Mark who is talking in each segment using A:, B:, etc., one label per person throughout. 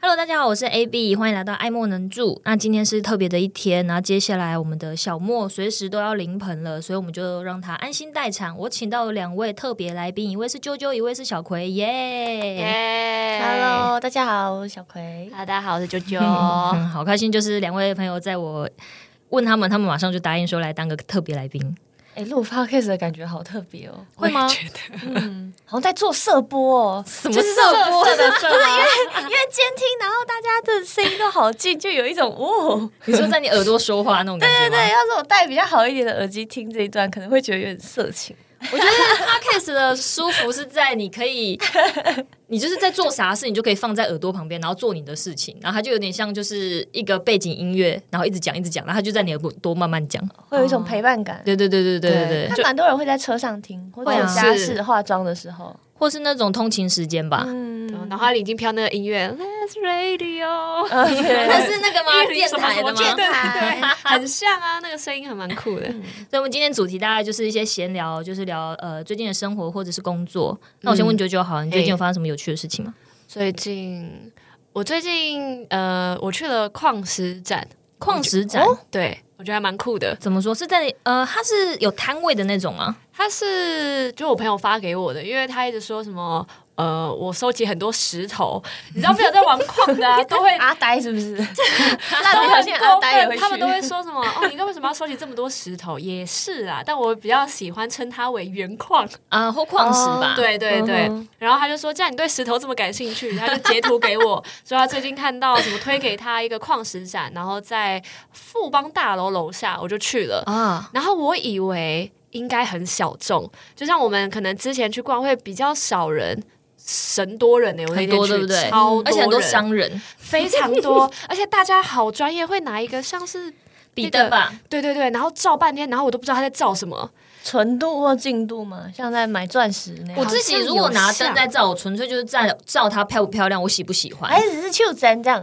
A: Hello，大家好，我是 AB，欢迎来到爱莫能助。那今天是特别的一天，然后接下来我们的小莫随时都要临盆了，所以我们就让他安心待产。我请到两位特别来宾，一位是啾啾，一位是小葵，耶、
B: 耶啊
C: Hello，大家好，我是小葵。
B: 大家好，我是啾 啾。
A: 嗯，好开心，就是两位朋友在我问他们，他们马上就答应说来当个特别来宾。
C: 哎、录 podcast 的感觉好特别 哦，
A: 会吗
C: 我也觉得，嗯， 好像在做色播哦，什么色播的色播？ 因为因为监听，然后大家的声音都好近，就有一种 哦，
A: 你说在你耳朵说话那种感觉吗？
C: 对对，要是我戴比较好一点的耳机听这一段，可能会觉得有点色情。
A: 我觉得 podcast 的舒服是在你可以，你就是在做啥事，你就可以放在耳朵旁边，然后做你的事情，然后它就有点像就是一个背景音乐，然后一直讲一直讲，然后它就在你耳朵慢慢讲。
C: 会有一种陪伴感。
A: 对对对对对对对，
C: 那
A: 就
C: 蛮多人会在车上听，或者
A: 会啊
C: 有家
B: 是
C: 事化妆的时候。
A: 或是那种通勤时间吧。
C: 嗯
B: 脑海里已经飘那个音乐，Let's Radio，
C: 呃， 对
A: 那是那个吗？
B: 一零
A: 电
B: 什么
A: 台
B: 什
A: 的
B: 么
A: 吗？
B: 对对对，很像啊，那个声音还蛮酷的。
A: 所以，我们今天主题大概就是一些闲聊，就是聊呃最近的生活或者是工作。那我先问九九好了，你最近有发生什么有趣的事情吗？
B: 最近我最近呃，我去了矿石展，
A: 矿石展、
B: 对我觉得还蛮酷的。
A: 怎么说？是在呃，它是有摊位的那种吗？
B: 它是就我朋友发给我的，因为他一直说什么。呃，我收集很多石头，你知道，朋友在玩矿 的、啊、都会
C: 阿呆是不 是？
B: 都
C: 那
B: 会
C: 表现阿
B: 过
C: 呆也
B: 分，
C: 会去，
B: 他们都会说什么？哦，你为什么要收集这么多石头？也是啊，但我比较喜欢称它为原矿。
A: 啊、或矿石吧？
C: 哦
B: 对对对。
C: 嗯
B: 然后他就说，既然你对石头这么感兴趣，他就截图给我，说他最近看到什么推给他一个矿石展，然后在富邦大楼楼下，我就去了。
A: 啊，
B: 然后我以为应该很小众，就像我们可能之前去逛会比较少人。神多人呢、我那
A: 很
B: 天
A: 多
B: 去
A: 对不对？
B: 超多人，
A: 嗯而且很多 商人，
B: 非常多，而且大家好专业，会拿一个像是
A: 彼得吧，
B: 对对对，然后照半天，然后我都不知道他在照什么。
C: 纯度或进度嘛，像在买钻石那
A: 我
C: 样。
A: 自己如果拿灯在照，我纯粹就是照照它漂不漂亮，我喜不喜欢。
C: 哎，只是袖珍这样，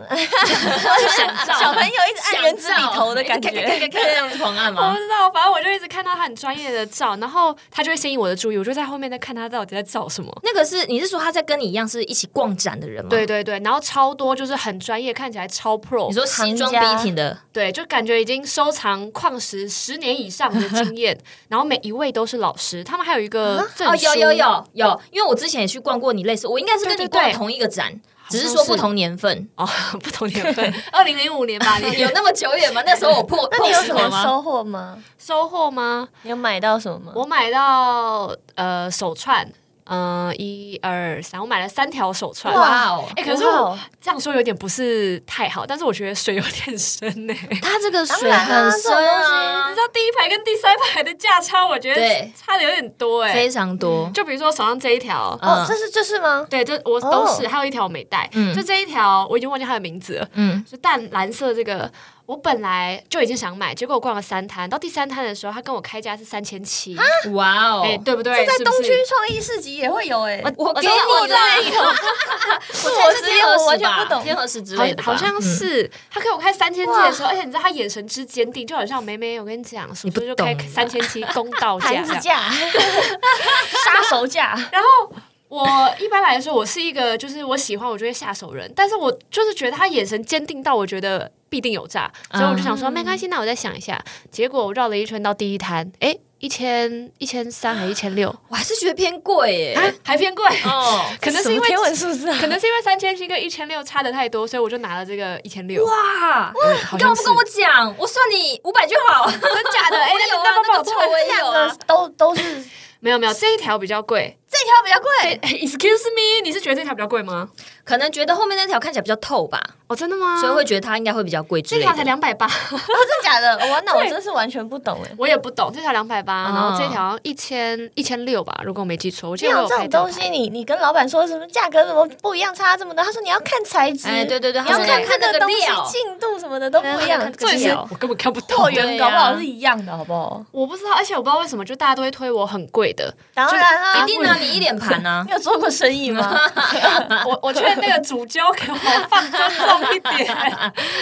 A: 想照
C: 小朋友一直按原子笔头的
A: 想
C: 感
A: 照哎
C: 觉。
A: 看看看看看这样子狂按
B: 我
A: 吗
B: 不？知道，反正我就一直看到他很专业的照，然后他就会吸引我的注意，我就在后面在看他到底在照什么。
A: 那个是你是说他在跟你一样是一起逛展的人吗？
B: 对，对对，然后超多就是很专业，看起来超 pro。
A: 你说西装
C: 行家
A: B 挺的，
B: 对，就感觉已经收藏矿石十年以上的经 验，然后每一位都是老师，他们啊还有一个证
A: 哦，
B: 书
A: 有有有有，因为我之前也去逛过你类似，我应该是跟你
B: 对对
A: 逛
B: 对
A: 同一个展，只是
B: 像
A: 说不
B: 是
A: 同年份，
B: 哦，不同年份， 二零零五年 吧，你
A: 有那么久远吗？ 那时候我破
C: 那你
A: 破
C: 有
A: 十
C: 什
A: 了
C: 么
A: 吗？
C: 收获吗？
B: 收获吗？
C: 你有买到什么吗？
B: 我买到呃手串，嗯、一二三，我买了三条手串。
A: 哇哦！
B: 哎、可是
C: 哇
B: 我
C: 哦
B: 这样说有点不是太好，但是我觉得水有点深呢、
A: 它这个水
C: 当然啊
A: 很深啊
B: 你知，道第一排跟第三排的价差，我觉得
A: 对
B: 差的有点多哎、
A: 非常多。
B: 就比如说手上这一条，
C: 哦
A: 嗯，
C: 这是这是吗？
B: 对，这我都是，
C: 哦
B: 还有一条我没带，
A: 嗯
B: 就这一条我已经忘记它的名字了，
A: 嗯，
B: 就淡蓝色这个，我本来就已经想买，结果我逛了三摊，到第三摊的时候，他跟我开价是三千七，
A: 哇哦！
B: 哎、啊对不对？
C: 这在
B: 是不
C: 东
B: 是
C: 区创意市集也会有哎，
A: 我我给
C: 收获
A: 你啦
C: 这一种
A: 我
C: 我
A: 猜是
C: 是
A: 天河
C: 我完
A: 石
C: 全不
A: 吧，
C: 懂
A: 天河石之
B: 好
A: 类的吧，
B: 好像是、他给我开三千七的时候，而且你知道他眼神之坚定，就好像梅梅，我跟你讲，叔
A: 不
B: 叔就开
A: 懂啊
B: 三千七公道 价
C: 盘
B: 这
C: 子
B: 样。
C: 价、 杀手价，
B: 然后我一般来说，我是一个就是我喜欢我就会下手人，但是我就是觉得他眼神坚定到我觉得必定有诈，所以我就想说、没关系，那我再想一下。结果我绕了一圈到第一摊，哎，一千一千三还一千六，
A: 我还是觉得偏贵耶、
B: 啊还偏贵。
A: 哦，
B: 可能是因为
C: 什么天文数字啊，
B: 可能是因为三千七跟一千六差的太多，所以我就拿了这个一千六。哇，嗯
A: 哇！
B: 好
A: 你干嘛不
B: 像是
A: 跟我讲？我算你五百就好。
B: 真假 的？哎，
A: 有
B: 那
A: 啊
B: 那帮帮我
A: 那个
B: 凑
A: 我也有啊
C: 这都都是
B: 没有没有，这一条比较 贵。
C: 这条比较贵，
B: Excuse me，你是觉得这条比较贵吗？
A: 可能觉得后面那条看起来比较透吧，
B: 哦，真的吗？
A: 所以会觉得它应该会比较贵之
B: 这
A: 类
B: 条才
A: 的。
B: 两百八，
C: 哦，真假的？哇，那我真是完全不懂哎。
B: 我也不懂，这条两百八，
A: 嗯
B: 然后这条一千一千六吧，如果我没记错，我记
C: 这
B: 得我有
C: 种这
B: 拍
C: 种
B: 照
C: 东
B: 片
C: 西，你你跟老板说什么价格怎么不一样差这么多？他说你要看材质，
A: 哎，对对对，
C: 你要
A: 它是
C: 看
A: 看
C: 看
A: 那
C: 那
A: 个
C: 个东西
A: 料，
C: 进度什么的都不一样，
A: 这个
B: 重点
A: 料
B: 是我根本看不懂
C: 货
A: 对
C: 源
A: 呀
C: 搞不好是一样的，好不好？
B: 我不知道，而且我不知道为什么，就大家都会推我很贵的。
C: 当然 啊，
A: 一定啊，你一脸盘啊
C: 你。有做过生意吗？
B: 我我确对那个主教给我放尊重一点，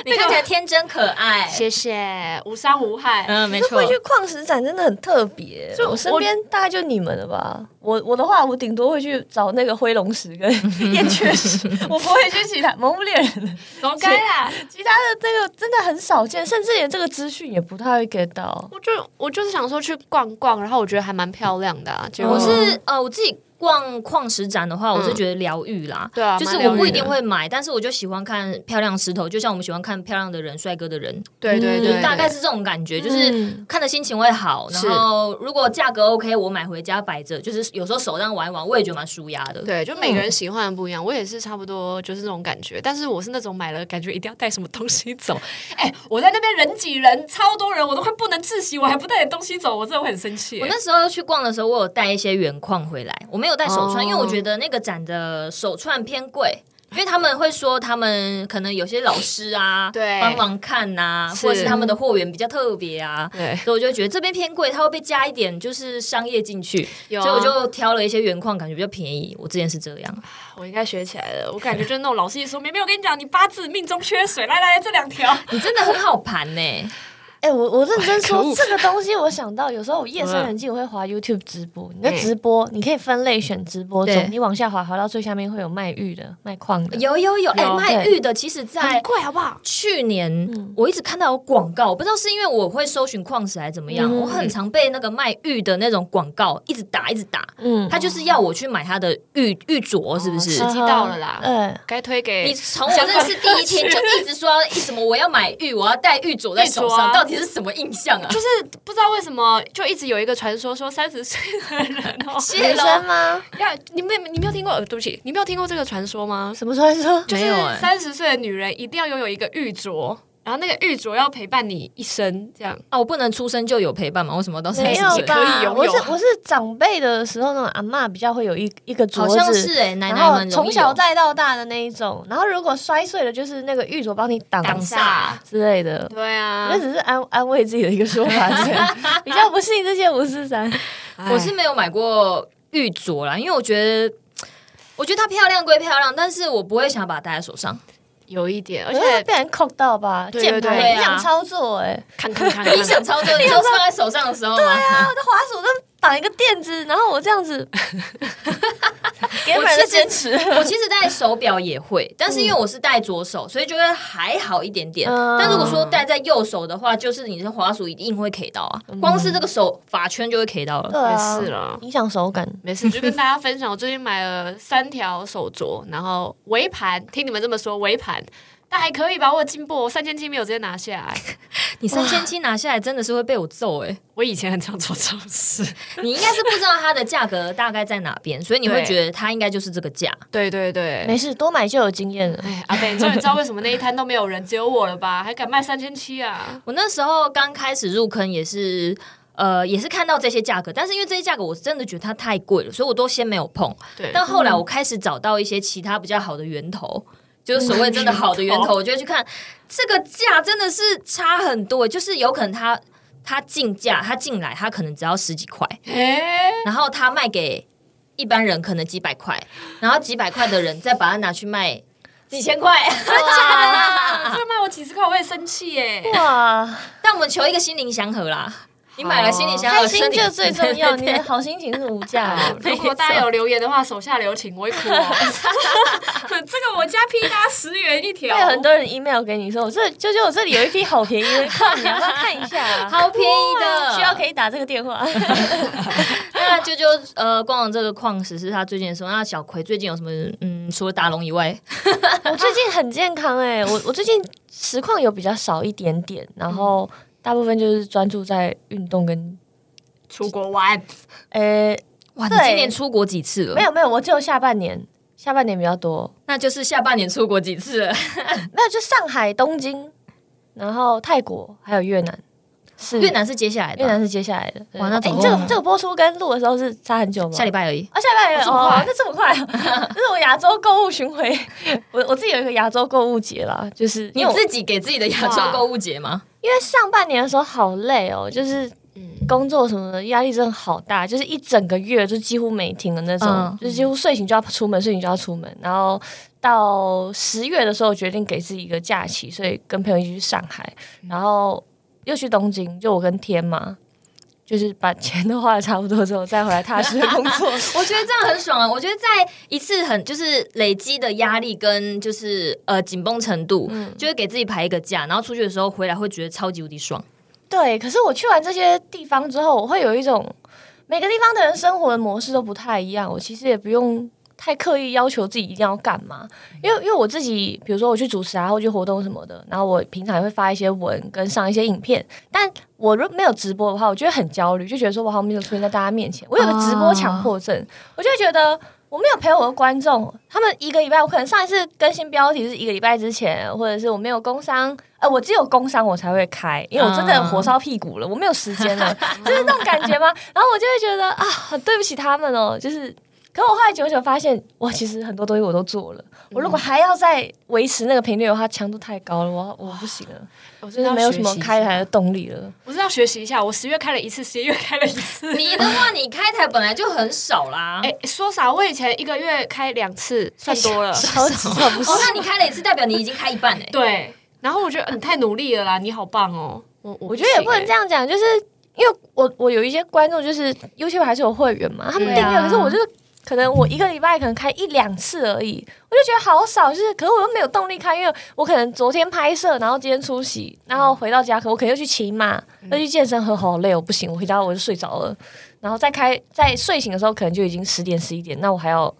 A: 你看起来天真可 爱。
B: 谢谢，无伤无害。
A: 嗯， 没
C: 那
A: 错
C: 会。去矿石展真的很特别，
B: 就
C: 我身
B: 我
C: 边大概就你们了吧。我我的话，我顶多会去找那个灰龙石跟 燕雀石，我不会去其他蒙古猎人，
B: 总该啦。
C: 其他的这个真的很少见，甚至连这个资讯也不太会 get 到。
B: 我就我就是想说去逛逛，然后我觉得还蛮漂亮的啊。结果
A: 我是呃，我自己逛矿石展的话，我是觉得疗愈啦。
B: 嗯对啊，
A: 就是
B: 蛮疗
A: 我
B: 愈
A: 不
B: 的
A: 一定，会买，但是我就喜欢看漂亮石头，就像我们喜欢看漂亮的人、帅哥的人，
B: 对对
A: 就
B: 对，
A: 是大概
B: 对嗯
A: 是这种感觉，就是看的心情会好。然
B: 是
A: 后如果价格 OK，我买回家摆着，就是有时候手这样玩一玩，我也觉得蛮舒压的。
B: 对，就每个人喜欢的不一样。我也是差不多就是那种感觉，但是我是那种买了感觉一定要带什么东西走。 哎，我在那边人挤人，超多人，我都快不能自习，我还不带点东西走，我真的会很生气
A: 我。那时候去逛的时候，我有带一些原矿回来，我没有带手串，
B: 哦
A: 因为我觉得那个展的手串偏贵。因为他们会说，他们可能有些老师啊，
B: 对
A: 帮忙看呐、
B: 是
A: 或者是他们的货源比较特别啊，
B: 对
A: 所以我就觉得这边偏贵，它会被加一点就是商业进去，
B: 有啊
A: 所以我就挑了一些原矿，感觉比较便宜。我之前是这样，
B: 我应该学起来了。我感觉就是那种老师一说，妹妹，我跟你讲，你八字命中缺水，来来来，这两 条。
A: 你真的很好盘呢、
C: 哎、我我认真
B: 可恶嗯
C: 说这个东西，我想到有时候我夜深人静，我会滑 YouTube 直播。你的直播，你可以分类选直播
A: 对
C: 种，你往下滑，滑到最下面会有卖玉的、卖矿的。
A: 有有有，哎、
B: 有
A: 卖玉的其实在
B: 贵好不好？
A: 去
C: 嗯
A: 年我一直看到有广告，我不知道是因为我会搜寻矿石还是怎么样，
C: 嗯
A: 我很常被那个卖玉的那种广告一直打一直打，
C: 嗯，
A: 他就是要我去买他的玉玉镯，是不是？
B: 哦时机到了啦
C: 嗯，
B: 该推给
A: 你从我认识第一天就一直说 一什么我要买玉，我要戴玉镯在手上，
B: 玉镯啊
A: 到底是什么印象啊？
B: 就是不知道为什么，就一直有一个传说说三十岁的人 哦，
A: 谢
C: 女
A: 喽，
C: 生吗？
B: 呀，你没有你没有听过？呃，对不起，你没有听过这个传说吗？
C: 什么时候 说？
B: 就是
A: 没有哎
B: 三十岁的女人一定要拥有一个玉镯，然后那个玉镯要陪伴你一生，这样。
A: 啊，我不能出生就有陪伴嘛？为什么到三
C: 没
A: 十
C: 有
A: 岁？
B: 可以
C: 吧？
B: 拥有
C: 我是我是长辈的时候，那种阿嬷比较会有一一个镯子，
A: 好像是哎、奶
C: 然
A: 奶
C: 后
A: 们容易
C: 从
A: 有
C: 小戴到大的那一种。然后如果摔碎了，就是那个玉镯帮你挡
A: 挡啊
B: 煞
C: 之类的。
B: 对啊
C: 那，只是安安慰自己的一个说法，这 样比较不信这些五四三。
A: 我是
B: 哎
A: 没有买过玉镯啦，因为我觉得。我觉得它漂亮归漂亮，但是我不会想把它戴在手 上。
B: 有一点，而
C: 而且
B: 且
C: 被人扣到吧，
B: 对对
C: 键盘
A: 对
C: 影响操作哎、欸，
B: 看看看，
A: 你想操作，你就放在手上的时候吗？
C: 啊，我的滑鼠都绑一个垫子，然后我这样 子，给本人坚持。
A: 我其实戴手表也会，但是因为我是戴左手，所以就会还好一点点。
C: 嗯
A: 但如果说戴在右手的话，就是你的滑鼠一定会 K 到啊，光是这个手法圈就会 K 到了。
C: 嗯对
B: 没
C: 啊
B: 事，了。
C: 影响手感。
B: 没事，就跟大家分享，我最近买了三条手镯，然后围盘，听你们这么说，围盘，但还可以吧，我有进步，我三千七没有直接拿下来。
A: 你三千七拿下来真的是会被我揍哎、
B: 我以前很常做这种事，
A: 你应该是不知道它的价格大概在哪边，所以你会
B: 对
A: 觉得它应该就是这个价。
B: 对对对，
C: 没事，多买就有经验了。
B: 哎，阿北，你终于知道为什么那一摊都没有人，只有我了吧？还敢卖三千七啊？
A: 我那时候刚开始入坑也是。呃，也是看到这些价格，但是因为这些价格我真的觉得它太贵了，所以我都先没有碰。
B: 对
A: 但后来我开始找到一些其他比较好的源头，就是所谓真的好的嗯源
B: 源
A: 头，
B: 头
A: 我就会去看这个价真的是差很多，欸就是有可能它它进价它进来它可能只要十几块，
B: 哎，
A: 然后它卖给一般人可能几百块，然后几百块的人再把它拿去卖几千块，
B: 这个卖我几十块，我也生气耶。
C: 哇，
A: 但我们求一个心灵祥和啦。你买了心灵祥和，
C: 开心就最重 要，
A: 身
C: 你
A: 体
C: 的好心情是无价的。
B: 如果大家有留言的话，手下留情，我会哭哦。 这个我家批发十元一条
C: 会有很多人 email 给你说，我这舅舅我这里有一批好便宜的矿，你要不要看一下啊？
A: 好便宜的，
C: 需要可以打这个电话。
A: 那啾啾呃，逛了这个矿石是他最近的时候。那小葵最近有什么？嗯，除了达龙以外，
C: 我最近很健康哎、我我最近实况有比较少一点点，然后
B: 嗯
C: 大部分就是专注在运动跟
B: 出国玩，
C: 呃、
A: 哇，你
C: 对
A: 今年出国几次了？
C: 没，有没有，我只有下半年，下半年比较多，
A: 那就是下半年出国几次了。
C: 没有就上海、东京，然后泰国还有越南，是
A: 越南是接下来的
C: 越
A: 吧，
C: 南是接下来的。对
A: 哇那
C: 哎
A: 总共
C: 这个这个播出跟录的时候是差很久吗？
A: 啊下礼拜而已。
C: 啊，下半年
B: 这么快
C: 哦，那这么快 啊，这是我亚洲购物巡回， 我我自己有一个亚洲购物节啦，就是
A: 你
C: 因为我
A: 自己给自己的亚洲购物节吗？
C: 因为上半年的时候好累哦，就是工作什么的压力真的好大，就是一整个月就几乎没停的那种，
A: 嗯
C: 就是几乎睡醒就要出门，睡醒就要出门，然后到十月的时候决定给自己一个假期，所以跟朋友一起去上海，然后又去东京，就我跟天嘛，就是把钱都花的差不多之后，再回来踏实的工作。
A: 我觉得这样很爽啊！我觉得在一次很就是累积的压力跟就是呃紧绷程度，就会给自己排一个假，然后出去的时候回来会觉得超级无敌爽。
C: 对，可是我去完这些地方之后，我会有一种每个地方的人生活的模式都不太一样，我其实也不用太刻意要求自己一定要干嘛，因为因为我自己，比如说我去主持啊，或去活动什么的，然后我平常也会发一些文跟上一些影片，但我如果没有直播的话，我就会很焦虑，就觉得说我好像没有出现在大家面前，我有个直播强迫症，我就会觉得。我没有陪我的观众，他们一个礼拜，我可能上一次更新标题是一个礼拜之前，或者是我没有工商，呃，我只有工商我才会开，因为我真的火烧屁股了，我没有时间了，就是那种感觉吗？然后我就会觉得啊，很对不起他们哦，就是。可我后来久久发现，哇，其实很多东西我都做了。我如果还要再维持那个频率的话，强度太高了，我我不行了，
B: 我
C: 就是没有什么开台的动力了。
B: 我是要学习一下，我十月开了一次，十一月开了一 次。
A: 你的话，你开台本来就很少啦。
B: 哎、说啥？我以前一个月开两次，算多 了。
C: 超级超不行
A: 哦，那你开了一次，代表你已经开一半哎、
B: 对，然后我觉得、嗯你太努力了啦，你好棒哦。我我
C: 我觉得也不能这
B: 样，
C: 样讲，就是因为我我有一些观众就是 YouTube 还是有会员嘛，他们订阅，
A: 对啊
C: 可是我就是可能我一个礼拜可能开一两次而已，我就觉得好少，就是可是我又没有动力开，因为我可能昨天拍摄，然后今天出席，然后回到家，可我可能又去骑马，
A: 嗯
C: 又去健身，很好累，哦我不行，我回家我就睡着了，然后再开在睡醒的时候可能就已经十点十一点，那我还要。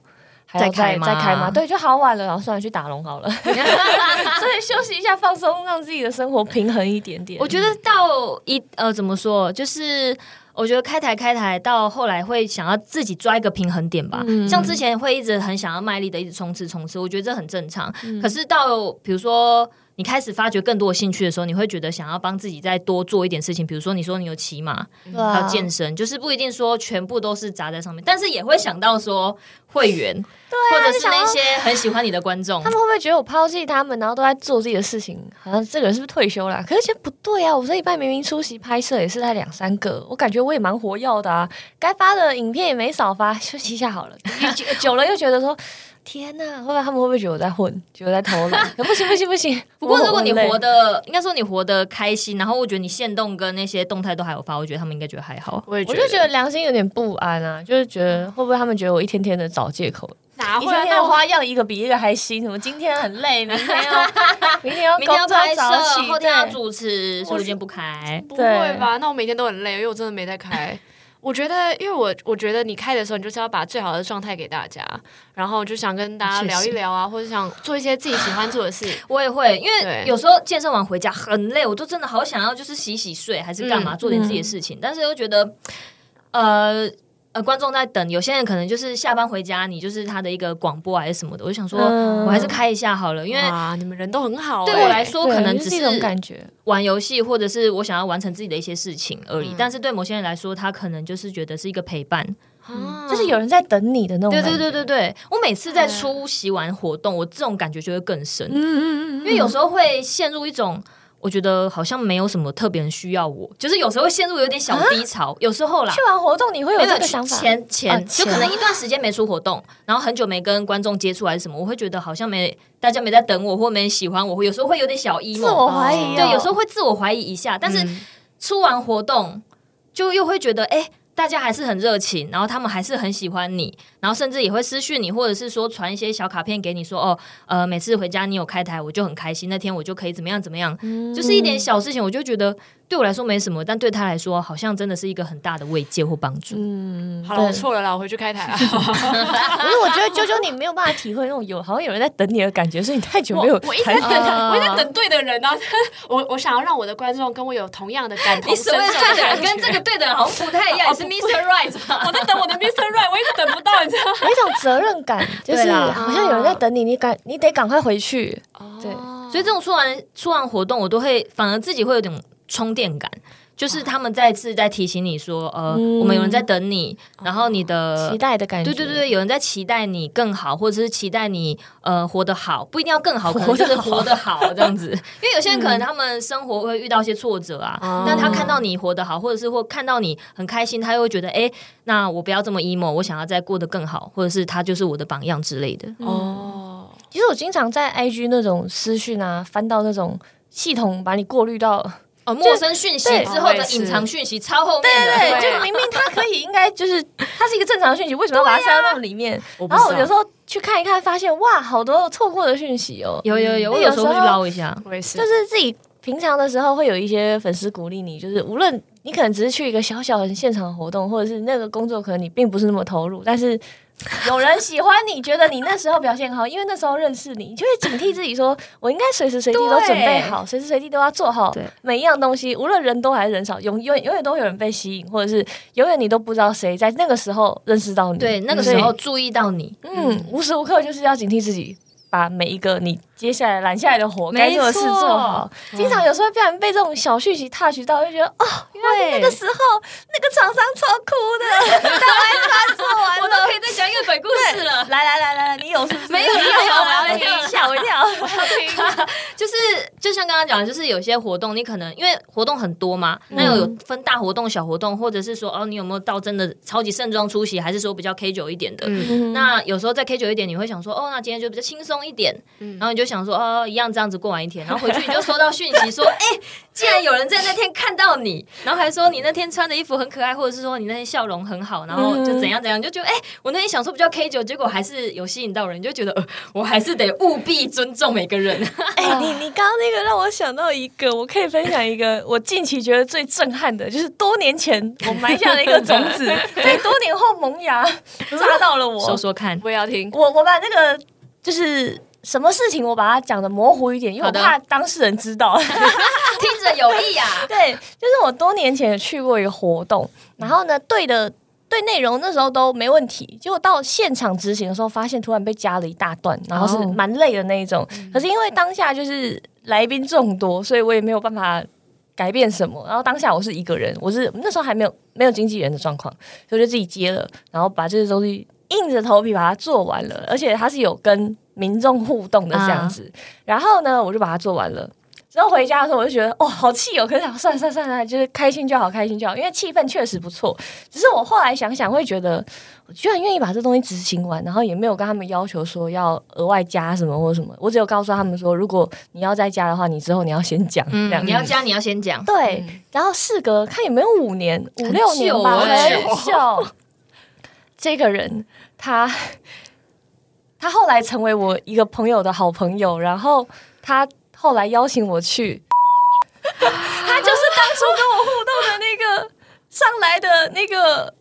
C: 还要
A: 再开
C: 再
A: 吗
C: 再开吗？对，就好晚了，然后算了，去打龙好 了。所以休息一下，放松，让自己的生活平衡一点点。
A: 我觉得到一呃，怎么说，就是。我觉得开台开台到后来会想要自己抓一个平衡点吧，像之前会一直很想要卖力的一直冲刺冲刺，我觉得这很正常。可是到比如说你开始发掘更多的兴趣的时候，你会觉得想要帮自己再多做一点事情，比如说你说你有骑马，
C: 对啊
A: 还有健身，就是不一定说全部都是砸在上面，但是也会想到说会员，
C: 啊
A: 或者是那些很喜欢你的观众
C: 他。们会不会觉得我抛弃他们，然后都在做自己的事情，好像这个人是不是退休啦、可是其实不对啊，我这一半明明出席拍摄也是在两三个，我感觉我也蛮活跃的啊，该发的影片也没少发，休息一下好了。
B: 欸
C: 久久了又觉得说，天呐，会不会他们会不会觉得我在混，觉得我在偷懒？ 可不行不行不行。
A: 不过
C: 我
A: 如果你
C: 我很累
A: 活得，应该说你活得开心，然后我觉得你现动跟那些动态都还有发，我觉得他们应该觉得还好。
B: 我也觉
C: 我
B: 得，
C: 就觉得良心有点不安啊，就是觉得会不会他们觉得我一天天的找借口，
B: 哪
C: 一
B: 会啊
C: 天天
B: 那
C: 的
B: 我
C: 花样一个比一个还新，什么今天很累，明天 要明天要
A: 明天要
C: 工作
A: 拍摄
C: 早起，，
A: 后天要
C: 对
A: 主持，所以我今天不开。
B: 不
C: 对
B: 会吧？那我每天都很累，因为我真的没在开。我觉得，因为我我觉得你开的时候，你就是要把最好的状态给大家，然后就想跟大家
A: 确
B: 聊一
A: 实
B: 聊啊，或者想做一些自己喜欢做的事。
A: 我也会，因
B: 对
A: 为有时候健身完回家很累，我都真的好想要就是洗洗睡，还是干嘛、
B: 嗯
A: 做点自己的事情，但是又觉得，呃呃，观众在等，有些人可能就是下班回家，你就是他的一个广播还是什么的，我就想说，
C: 嗯
A: 我还是开一下好了，因为
B: 哇，你们人都很好、
A: 对
B: 欸
A: 我来说
C: 对
A: 可能
C: 就
A: 只
C: 是一种感觉。
A: 玩游戏或者是我想要完成自己的一些事情而
C: 嗯
A: 已，但是对某些人来说，他可能就是觉得是一个陪伴，
B: 啊
C: 就是有人在等你的那种
A: 对
C: 感觉。
A: 对对对对，我每次在出席完活动，我这种感觉就会更深，
B: 嗯嗯嗯
A: 因为有时候会陷入一种。我觉得好像没有什么特别人需要我，就是有时候会陷入有点小低潮，有时候啦
C: 去，完活动你会啊嗯有
A: 没有
C: 这个想法，
A: 前前
C: 哦
A: 就
C: 前
A: 可能一段时间没出活动，然后很久没跟观众接触还是什么，我会觉得好像没大家没在等我或没喜欢我，或有时候会有点小 emo，
C: 自我怀疑、哦。
A: 对，有时候 会自我怀疑一下，但是出完活动就又会觉得，哎、大家还是很热情，然后他们还是很喜欢你，然后甚至也会私讯你，或者是说传一些小卡片给你说，哦，呃，每次回家你有开台，我就很开心，那天我就可以怎么样怎么样，就是一点小事情，我就觉得对我来说没什么，但对他来说好像真的是一个很大的慰藉或帮助。
B: 嗯，好了，我错了啦，我回去开台 啊。
C: 可是我觉得啾啾你没有办法体会那种有好像有人在等你的感觉，所以你太久没 有
B: 我一直在
C: 谈
B: 等，我一直在等对的人啊！ 我我想要让我的观众跟我有同样的感同
A: 你所
B: 身
A: 谓
B: 受
A: 对
B: 的
A: 的
B: 感
A: 人
B: 觉。
A: 跟这个对的人好像不太一样，你是 Mr. Right 吧？
B: 我在等我的 Mr. Right，我一直等不到，你知 道
C: 有一种责任感，就是
A: 对啦
C: 好像有人在等你，你赶你得赶快回去。
B: 吗？
C: 对
A: 所以这种出完出完活动，我都会反而自己会有点充电感，就是他们再次在提醒你说，呃，
C: 嗯
A: 我们有人在等你，然后你的
C: 期。待的感觉，
A: 对对对对，有人在期待你更好，或者是期待你呃活得好，不一定要更好，可能就是活得好这样子。因为有些人可能他们生活会遇到一些挫折啊，
B: 哦
A: 但他看到你活得好，或者是或看到你很开心，他又会觉得哎，诶
B: 嗯
A: 那我不要这么 emo，我想要再过得更好，或者是他就是我的榜样之类的。
B: 哦，
C: 其实我经常在 IG 那种私讯啊，翻到那种系统把你过滤到，
A: 哦，陌生讯息
C: 对
A: 之后的
B: 我也是
A: 隐藏讯息超后面的，
B: 对对
C: 就明明它可以应该就是它是一个正常的讯息，为什么要把它塞到那里面？然后我有时
B: 候
C: 候去看一看，发现哇，好多错过的讯息哦。
A: 有有有，我
C: 那
A: 嗯有
C: 有
A: 时候会
C: 时
A: 去
C: 候
A: 捞一下，
B: 我也是，
C: 就是自己平常的时候会有一些粉丝鼓励你，就是无论你可能只是去一个小小的现场活动，或者是那个工作可能你并不是那么投入，但是有人喜欢你，觉得你那时候表现好，因为那时候认识你，你就会警惕自己说，我应该随时随地都准备好，随时随地都要做好
A: 对
C: 每一样东西，无论人多还是人少，永永远永远都会有人被吸引，或者是永远你都不知道谁在那个时候认识到你，
A: 嗯对，那个
C: 所以
A: 时候注意到你，
C: 嗯，无时无刻就是要警惕自己，把每一个你接下来揽下来的活该
A: 没
C: 做的事
A: 错
C: 做好。经常有时候不小心被这种小讯息 touch 到，就觉得哦，原来是那个时候那个厂商超酷 的，台湾他做完
A: 我都
C: 了。
A: 可以再讲一个鬼故事了。
C: 来来来来 来，你有是不是？
A: 没有没有我要
C: 我
A: 听
C: 一下，我一跳。
A: 就是就像刚刚讲的，就是有些活动你可能因为活动很多嘛，那有有分大活动、小活动，或者是说哦，你有没有到真的超级盛装出席，还是说比较 K 九一点的？
B: 嗯
A: 那有时候在 K 九一点，你会想说，哦，那今天就比较轻松一点，然后你就想说，哦，一样这样子过完一 天，然后回去你就收到讯息说， 哎、竟然有人在那天看到你，然后还说你那天穿的衣服很可爱，或者是说你那天笑容很好，然后就怎样怎样，你就觉得，哎、我那天想说比较 K 九，结果还是有吸引到人，你就觉得，呃，我还是得务必尊重每个人。
C: 哎、 你你刚刚那个让我想到一个，我可以分享一个我近期觉得最震撼的，就是多年前我埋下了一个种 子，在多年后萌芽， 扎到了我。
A: 说说看，
B: 我也要听，
C: 我我把那个就是什么事情，我把它讲的模糊一点，因为
A: 好
C: 我
A: 的
C: 怕当事人知 道。
A: 听着有意啊，
C: 对，就是我多年前有去过一个活动，然后呢，对的。对内容那时候都没问题，结果到现场执行的时候，发现突然被加了一大段，然后是
A: 哦
C: 蛮累的那一种。可是因为当下就是来宾众多，所以我也没有办法改变什么。然后当下我是一个人，我是那时候还没有没有经纪人的状况，所以我就自己接了，然后把这些东西硬着头皮把它做完了，而且它是有跟民众互动的这样子。
A: 嗯
C: 然后呢，我就把它做完了。之后回家的时候，我就觉得哦，好气哦。可是想算了算了算了，就是开心就好，开心就好，因为气氛确实不错。只是我后来想想，会觉得我居然愿意把这东西执行完，然后也没有跟他们要求说要额外加什么或什么，我只有告诉他们说，如果你要再加的话，你之后你要先讲、这样
A: 嗯你。要加，你要先讲，
C: 对，然后事隔看有没有五年、五
A: 嗯很
C: 六年
A: 久
C: 吧，
A: 欸
C: 很久。 这个人他他后来成为我一个朋友的好朋友，然后他后来邀请 我去，他就是当初跟我互动的那个上来的那个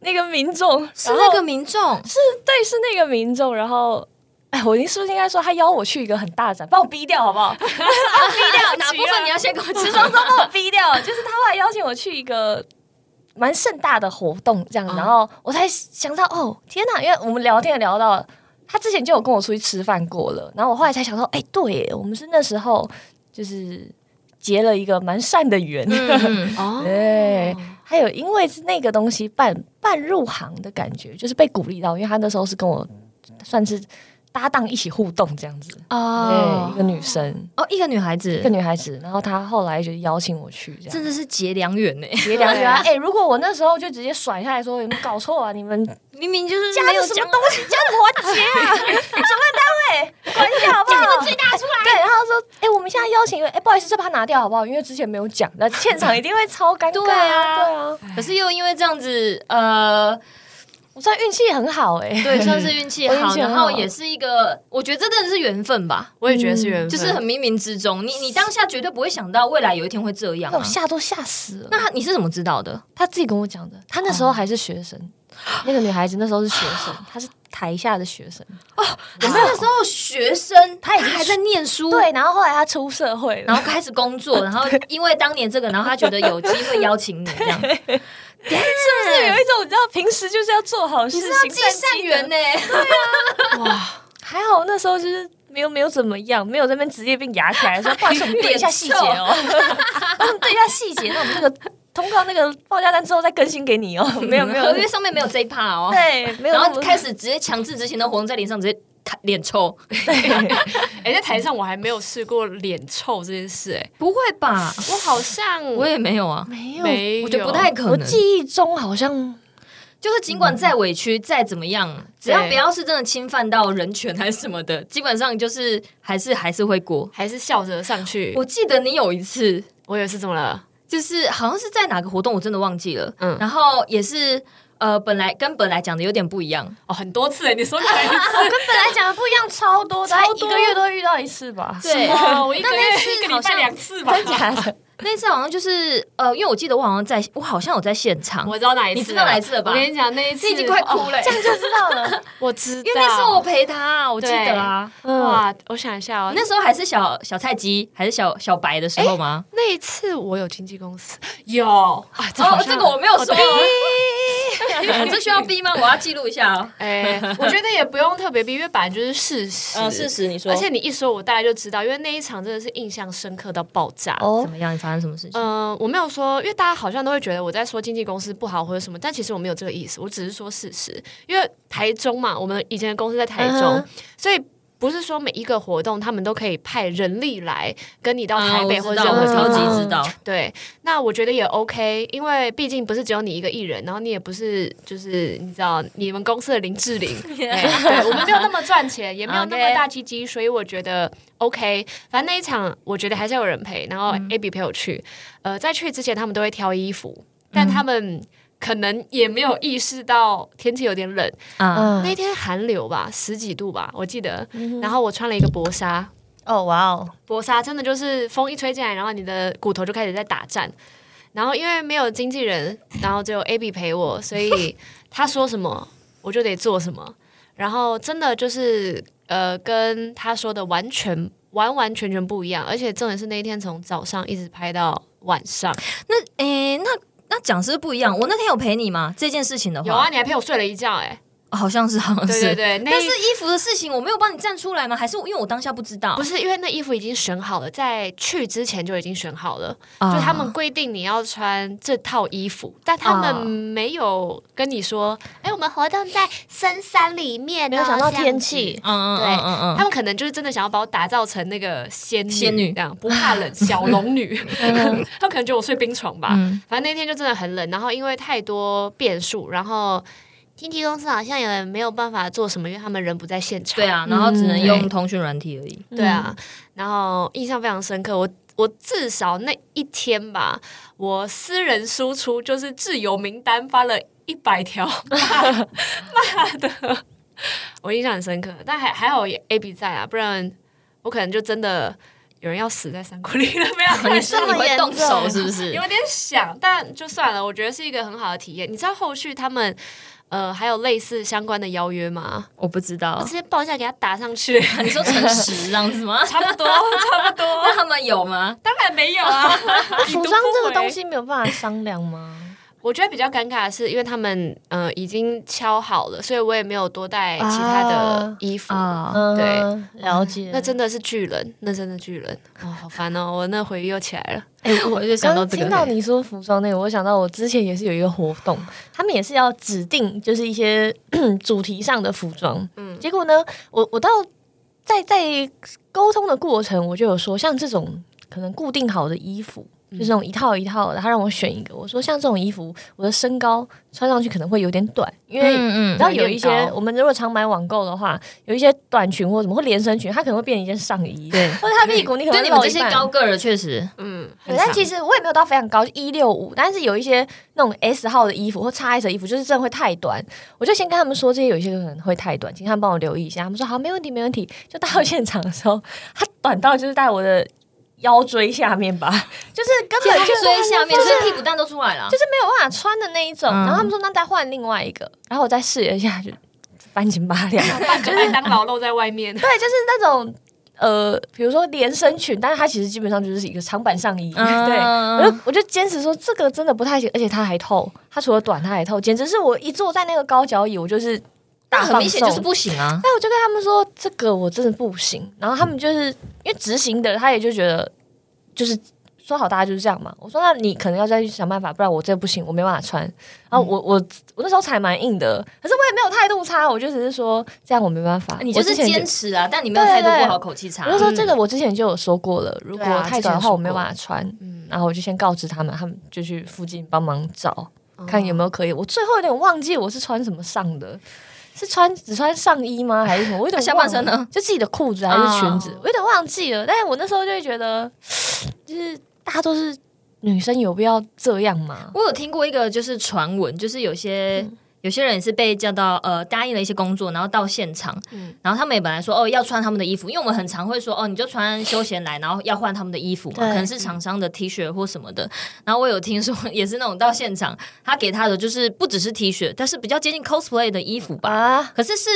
C: 那个民众，
A: 是
C: 然
A: 那
C: 后
A: 个民众，
C: 是对，是那个民众，然后。哎，我是不是应该说他邀我去一个很大的展，帮我逼掉好不 好？
A: 哪部分你要先跟我
C: 时
A: 知道
C: 装？周把我逼掉，就是他后来邀请我去一个蛮盛大的活动，这样，
A: 啊
C: 然后我才想到，哦，天哪！因为我们聊天也聊到，他之前就有跟我出去吃饭过了，然后我后来才想到，哎、对耶，我们是那时候就是结了一个蛮善的缘，
A: 嗯，
B: 哦
C: 对，还有因为是那个东西半半入行的感觉，就是被鼓励到，因为他那时候是跟我算是搭档一起互动这样子，对，一
A: 哦
C: 个女生，
A: 哦，一个女孩子
C: 一个，女孩子，然后她后来就邀请我去这样
A: 真。的是结良缘呢。
C: 别两句啊！哎、如果我那时候就直接甩下来说，有没有搞错啊？你们家
A: 明明就是没有
C: 有什么
A: 讲
C: 东西叫我结 啊？主办单位管一下好不好？你们最大出来。对，然后说，哎、我们现在邀请一位，哎、不好意思，这把它拿掉好不好？因为之前没有 讲，那现场一定会超尴尬
A: 对啊
C: 对啊，
A: 可是又因为这样子，呃，
C: 我算运气很好哎、
A: 对，算是运气
C: 我运
A: 好，
C: 气很
A: 然
C: 好
A: 后也是一个，我觉得这真的是缘分吧，
B: 我也觉得嗯是缘分，
A: 就是很冥冥之中，你你当下绝对不会想到未来有一天会这样
C: 那
A: 啊
C: 我。吓都吓死了。
A: 那他你是怎么知道的？
C: 他自己跟我讲的，他那时候还是学 生，那个女孩子那时候是学生，她是台下的学生。
A: 他是那时候学生，他已经还在念书，
C: 对，然后后来她出社会
A: 然
C: 了，
A: 后开始工 作，然后因为当年这个，然后他觉得有机会邀请你这样，是
C: 就是有一种你知道，平时就是嗯要做好事情，
A: 积
C: 但
A: 善缘呢？
B: 哇，
C: 还好那时候就是没有没有怎么样，没有在那边职业病压起来，说不好意思，我们对一下细节哦，我们对一下细节，那我们这个通告那个报价单之后再更新给你哦， 没有没
A: 嗯
C: 有
A: 合，约上面没有这一趴哦。
C: 对，没有
A: 然
C: 那么，
A: 后开始直接强制执行的活动在脸上直接看脸 抽，
B: 哎，在台上我还没有试过脸臭这件事，哎，
A: 不会吧？
B: 我好像
A: 我也没有啊，
C: 没有，
B: 没有，
A: 我觉得不太可
C: 我
A: 能。
C: 记忆中好像
A: 就是尽管再委屈，再怎么样，只要不要是真的侵犯到人权还是什么的，基本上就是还是还是会过。
B: 还是笑着上去。
A: 我记得你有一次，
B: 我有一次怎么了？
A: 就是好像是在哪个活动，我真的忘记了。
B: 嗯
A: 然后也是呃，本来跟本来讲的有点不一样，
B: 哦，很多次哎，你说你来一次
C: 本来讲的不一样，超多的，
B: 超多
C: 一个月都会遇到一次吧？
A: 对
B: 哇，我一个
A: 那
B: 月
A: 那次
B: 一个
A: 好
B: 礼拜
A: 像
B: 两次吧。
C: 假的？
A: 那次好像就是呃，因为我记得我好像在，我好像有在现场，
B: 我知道哪一次了，
A: 你知道哪一次了吧
B: 我跟你讲，那一次
A: 你已经快哭了、
B: 哦
A: 欸
C: 这样就知道了。
B: 我知道，
A: 因为那时候我陪他，我记
B: 对
A: 得啊，
C: 嗯，
B: 哇，我想一下哦，那
A: 那时候还是小小菜鸡还是小小白的时候吗？
B: 那一次我有经纪公司，有啊，这好
A: 哦，
B: 像
A: 这个 我没有说、
B: 哦对
A: 哦，这需要逼吗？我要记录一下哦。
B: 哎、 我觉得也不用特别逼，因为本来就是嗯事实，
A: 嗯实，你
B: 而且你一说，我大概就知道，因为那一场真的是印象深刻到爆炸。
A: 怎
C: 哦，
A: 么样？你发生什么事情？
B: 嗯、我没有说，因为大家好像都会觉得我在说经纪公司不好或者什么，但其实我没有这个意思，我只是说事实。因为台中嘛，我们以前的公司在台中，
C: 嗯哼
B: 所以不是说每一个活动他们都可以派人力来跟你到
A: 啊
B: 台北
A: 我
B: 或
A: 知
B: 者
A: 道
B: 任何
A: 我超
B: 地方。
A: 级知道，
B: 对，那我觉得也 OK，因为毕竟不是只有你一个艺人，然后你也不是就是你知道你们公司的林志玲，哎对我们没有那么赚钱，也没有那
A: OK
B: 么大鸡鸡，所以我觉得 OK。反正那一场我觉得还是要有人陪，然后 Abby 陪我去。呃，在去之前他们都会挑衣服，但他们。可能也没有意识到天气有点冷，
A: 啊，
B: 那
C: 嗯，
B: 天寒流吧，十几度吧，我记得。然后我穿了一个薄纱，
C: 哦，哇哦，
B: 薄纱真的就是风一吹进来，然后你的骨头就开始在打颤。然后因为没有经纪人，然后只有 AB 陪我，所以他说什么我就得做什么。然后真的就是呃，跟他说的完全完完全全不一样。而且重点是那一天从早上一直拍到晚上，
A: 那诶、那那讲是不一样。我那天有陪你吗？这件事情的话，
B: 有啊，你还陪我睡了一觉哎、
A: 好像是，好像哦是。
B: 对对对，那
A: 但
B: 一
A: 是衣服的事情，我没有帮你站出来吗？还是因为我当下不知道？
B: 不是因为那衣服已经选好了，在去之前就已经选好了。
A: 啊
B: 就他们规定你要穿这套衣服，但他
A: 啊
B: 们没有跟你说，哎、我们活动在深山里面、哦，
C: 没有想到
B: 这样
C: 天
B: 子。
C: 气，
A: 嗯，嗯
B: 对
A: 嗯嗯嗯
B: 他们可能就是真的想要把我打造成那 个仙女，
A: 仙女
B: 这样不怕 冷，小龙女。 他们可能觉得我睡冰床吧，
A: 嗯
B: 反正那天就真的很冷。然后因为太多变数，然后经纪公司好像也没有办法做什么，因为他们人不在现场。
A: 对啊，然后只能
B: 嗯
A: 用通讯软体而已。
B: 对啊，然后印象非常深刻。我我至少那一天吧，我私人输出就是自由名单发了一百条骂骂的，我印象很深刻。但还还好有 A B 在啊，不然我可能就真的有人要死在山谷里了，没有？
A: 你是你会动
B: 啊
A: 手是不是？
B: 有点想，但就算了。我觉得是一个很好的体验。你知道后续他们呃还有类似相关的邀约吗？
A: 我不知道
B: 我直，接报价给他打上去，
A: 你说诚实这样子吗？
B: 差不多，差不多。
A: 那他们有吗？
B: 当然没有啊，
C: 那服装这个东
B: 已读不回，
C: 西没有办法商量吗？
B: 我觉得比较尴尬的是，因为他们呃已经敲好了，所以我也没有多带其他的衣服。
A: 啊，
C: 嗯，
B: 对，
C: 了解。
B: 那真的是巨人，那真的巨人哦，好烦哦！我那回忆又起来了，
A: 哎，我就想到
C: 刚
A: 这
C: 听
A: 个，
C: 到你说服装那个，我想到我之前也是有一个活动，他们也是要指定就是一些 主题上的服装。嗯，结果呢，我我到在在沟通的过程，我就有说，像这种可能固定好的衣服，就是那种一套一套的，他让我选一个，我说像这种衣服，我的身高穿上去可能会有点短，因为。
A: 嗯嗯，
C: 你知道有一
B: 有点
C: 些
B: 高
C: 我们如果常买网购的话，有一些短裙或什么或连身裙，它可能会变成一件上衣，
A: 对
C: 或者它屁股你可能
A: 对你们
C: 露
A: 这
C: 一
A: 些
C: 半
A: 高个儿确实，
B: 嗯，
C: 对，但其
B: 实
C: 实我也没有到非常高，一六五，但是有一些那种 S 号的衣服或 XS 的衣服，就是真的会太短。我就先跟他们说，这些有一些可能会太短，请他们帮我留意一下。他们说好，没问题，没问题。就到
A: 嗯
C: 现场的时候，它短到就是在我的腰椎下面吧，就是根本就
A: 追下面，所以屁股蛋都出来了
C: 就。是没有办法穿的那一种。
A: 嗯
C: 然后他们说那再换另外一个，然后我再试了一下，就半 斤八两。
B: 半个麦当劳露在外面，
C: 对，就是那种呃，比如说连身裙，但是它其实基本上就是一个长版上衣，
A: 嗯
C: 对。我就我就坚持说这个真的不太行，而且它还透，它除了短它还透，简直是我一坐在那个高脚椅，我就是大
A: 那很
C: 放
A: 明显就是
C: 松。
A: 不行啊。
C: 那我就跟他们说这个我真的不行，然后他们就是因为执行的，他也就觉得就是说好大家就是这样嘛。我说那你可能要再去想办法，不然我这不行，我没办法穿。然
A: 嗯
C: 后我我我那时候才蛮硬的，可是我也没有态度差，我就只是说这样我没办法。
A: 你就是
C: 我之前
A: 坚持啊，但你没有态度不好，口气差
C: 我。就说这个我之前就有说过了，如果
B: 对啊
C: 太短的
B: 之前
C: 话
B: 说
A: 嗯
B: 嗯
C: 我没有办法穿，然后我就先告知他们，他们就去附近帮忙找。
A: 哦
B: 哦
C: 看有没有可以。我最后有点忘记我是穿什么上的，是穿只穿上衣吗？还是什么？我有点
A: 那啊下半身呢
C: 忘了就自己的裤子还是裙子
A: 哦
C: 我有点忘记了。但是我那时候就会觉得，就是大家都是女生，有必要这样吗？
A: 我有听过一个就是传闻，就是有些、有些人也是被叫到呃答应了一些工作，然后到现场，
B: 嗯
A: 然后他们也本来说哦要穿他们的衣服，因为我们很常会说哦你就穿休闲来，然后要换他们的衣服嘛，
C: 对
A: 可能是厂商的 T 恤或什么的。然后我有听说 也是那种到现场，他给他的就是不只是 T 恤，但是比较接近 cosplay 的衣服吧。
C: 啊，
A: 可是是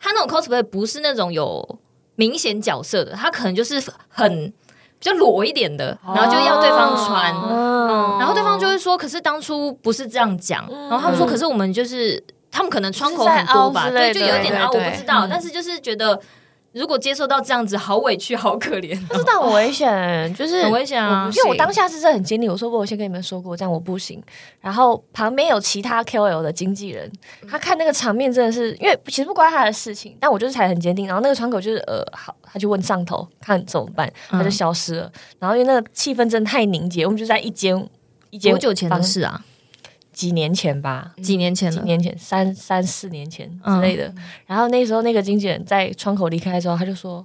A: 他那种 cosplay 不是那种有明显角色的，他可能就是很比较裸一点的，
C: 哦
A: 然后就要对方穿。
C: 嗯，
A: 然后对方就会说，可是当初不是这样讲。然后他们说，可是我们就是他们可能窗口很多吧，
C: 就是在
A: 对，
C: 凹
A: 就
C: 之类的
A: 有一点
B: 对
A: 啊，我
B: 对
A: 不知道，但是就是觉得如果接受到这样子，好委屈，好可怜，
C: 这但很危险，就是
A: 很危险啊
C: 因。为嗯我
B: 行
C: 当下是真的很经历，我说我有先跟你们说过，这样我不行。然后旁边有其他 KOL 的经纪人，
A: 嗯
C: 他看那个场面真的是，因为其实不关他的事情，但我就是才很坚定。然后那个窗口就是呃，好，他就问上头看怎么办，
A: 嗯
C: 他就消失了。然后因为那个气氛真的太凝结，我们就在一间一间
A: 多久前的
C: 房，
A: 事啊？
C: 几年前吧，
A: 几年前
C: 几
A: 了。
C: 年前三三四年前
A: 嗯
C: 之类的。然后那时候那个经纪人在窗口离开之后，他就说：“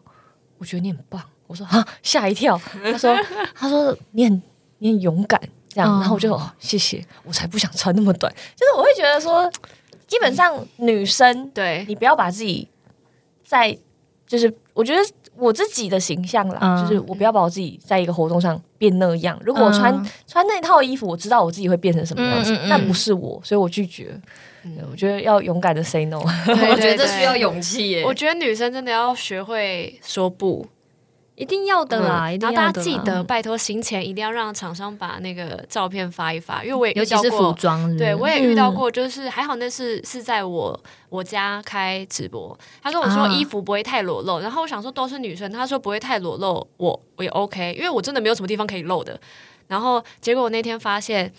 C: 我觉得你很棒。”我说：“啊，吓一跳。” 他说：“他说你很你很勇敢。”这
A: 嗯
C: 样，然后我就、哦、谢谢，我才不想穿那么短。就是我会觉得说，基本上女生
B: 对，
C: 你不要把自己在，就是我觉得我自己的形象啦，
A: 嗯
C: 就是我不要把我自己在一个活动上变那样。如果我穿、
A: 嗯
C: 穿那套衣服，我知道我自己会变成什么样子，
A: 嗯嗯嗯
C: 但不是我，所以我拒绝。对我觉得要勇敢的 say no，
B: 对
A: 我觉得这
B: 对
A: 需要勇气耶
B: 我，觉得女生真的要学会说不，嗯
A: 一定要的啦，一定
B: 然
A: 要
B: 后
A: 的啦
B: 大家记得，，拜托行前一定要让厂商把那个照片发一发，因为我也
A: 尤
B: 遇
A: 其
B: 到
A: 是服
B: 过，
A: 装，是不是
B: 对我也遇到
A: 嗯
B: 过，就是还好那是是在我我家开直播，他跟我说
A: 啊
B: 衣服不会太裸露，然后我想说都是女生，他说不会太裸露，我我也 OK，因为我真的没有什么地方可以露的。然后结果我那天发现，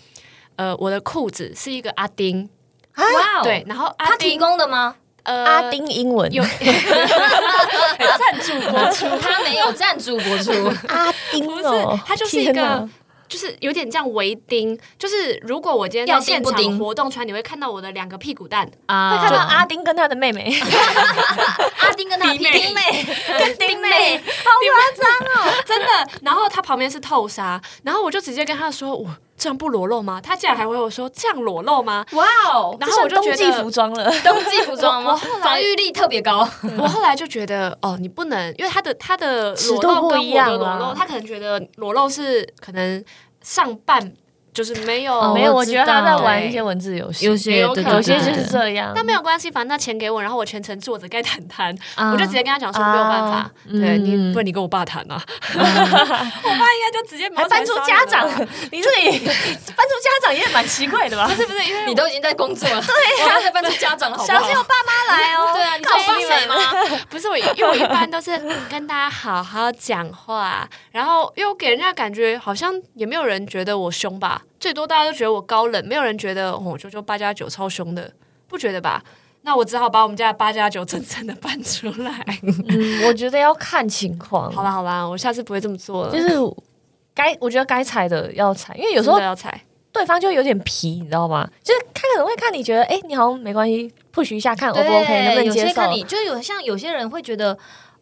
B: 呃，我的裤子是一个阿丁，
A: 哇哦，
B: 对，，然后阿
A: 他提
B: 丁
A: 供的吗？
B: 呃
C: 阿丁英文
B: 有赞助播出，
A: 他没有赞助播出，
C: 阿丁
B: 不
C: 哦
B: 是，它就是一个
C: 天哪
B: 就是有点像围丁，就是如果我今天
A: 要
B: 在
A: 钉
B: 现
A: 不钉
B: 场活动穿，你会看到我的两个屁股蛋，
A: 啊
C: 会看到阿丁跟他的妹妹
A: 阿丁跟他
B: 弟妹
A: 弟妹，
C: 跟丁妹，
B: 真的。然后它旁边是透纱，然后我就直接跟他说：“我这样不裸露吗？”他竟然还回我说：“这样裸露吗
A: 哇哦？”，
B: 然后我就觉
C: 这算冬季服
B: 得，
C: 装了，
A: 冬季服装吗？
B: 我我后来
A: 防御力特别高，
B: 我后来就觉得，哦，你不能，因为他的他的
C: 尺
B: 裸
C: 度
B: 露
C: 不
B: 跟我
C: 一
B: 的
C: 样啊
B: 裸
C: 啦
B: 露，他可能觉得裸露是可能上半就是没有、
A: 哦
C: 没有，我
A: 我知
C: 觉得他在
A: 道
C: 玩一些文字游戏，
A: 哎
B: 也有可能
C: 有些就
B: 对
C: 是这样，
B: 但没有关系，反正那钱给我，然后我全程坐着该谈谈，
A: 啊
B: 我就直接跟他讲说没有办法，
C: 啊
B: 对
C: 嗯
B: 你，不然你跟我爸谈啊， 我爸应该就直接
C: 还
B: 还
C: 搬出家长，你这里搬出家长也蛮奇怪的吧？
B: 不是不是因为
A: 你都已经在工作了， 对啊呀，在搬出家长了好不
C: 小心我
A: 好？
C: 爸妈来哦！
A: 对啊，你
C: 告
A: 在帮
C: 诉你
A: 谁
C: 们
A: 吗？？
B: 不是我，因为我一般都是跟大家好好讲话，然后因为我给人家感觉好像也没有人觉得我凶吧，最多大家都觉得我高冷，没有人觉得哦，九九八加九超凶的，不觉得吧？那我只好把我们家的八加九真正的搬出来。
C: 嗯，我觉得要看情况，
B: 好啦好啦，我下次不会这么做了，
C: 就是该我觉得该踩的要踩，因为有时
B: 真
C: 候
B: 的要踩。
C: 对方就有点皮，你知道吗？就是他可能会看你觉得，哎、你好像没关系，push 一下看 O 不 OK，能不能
A: 有
C: 接
A: 些
C: 受？
A: 看你就有像有些人会觉得，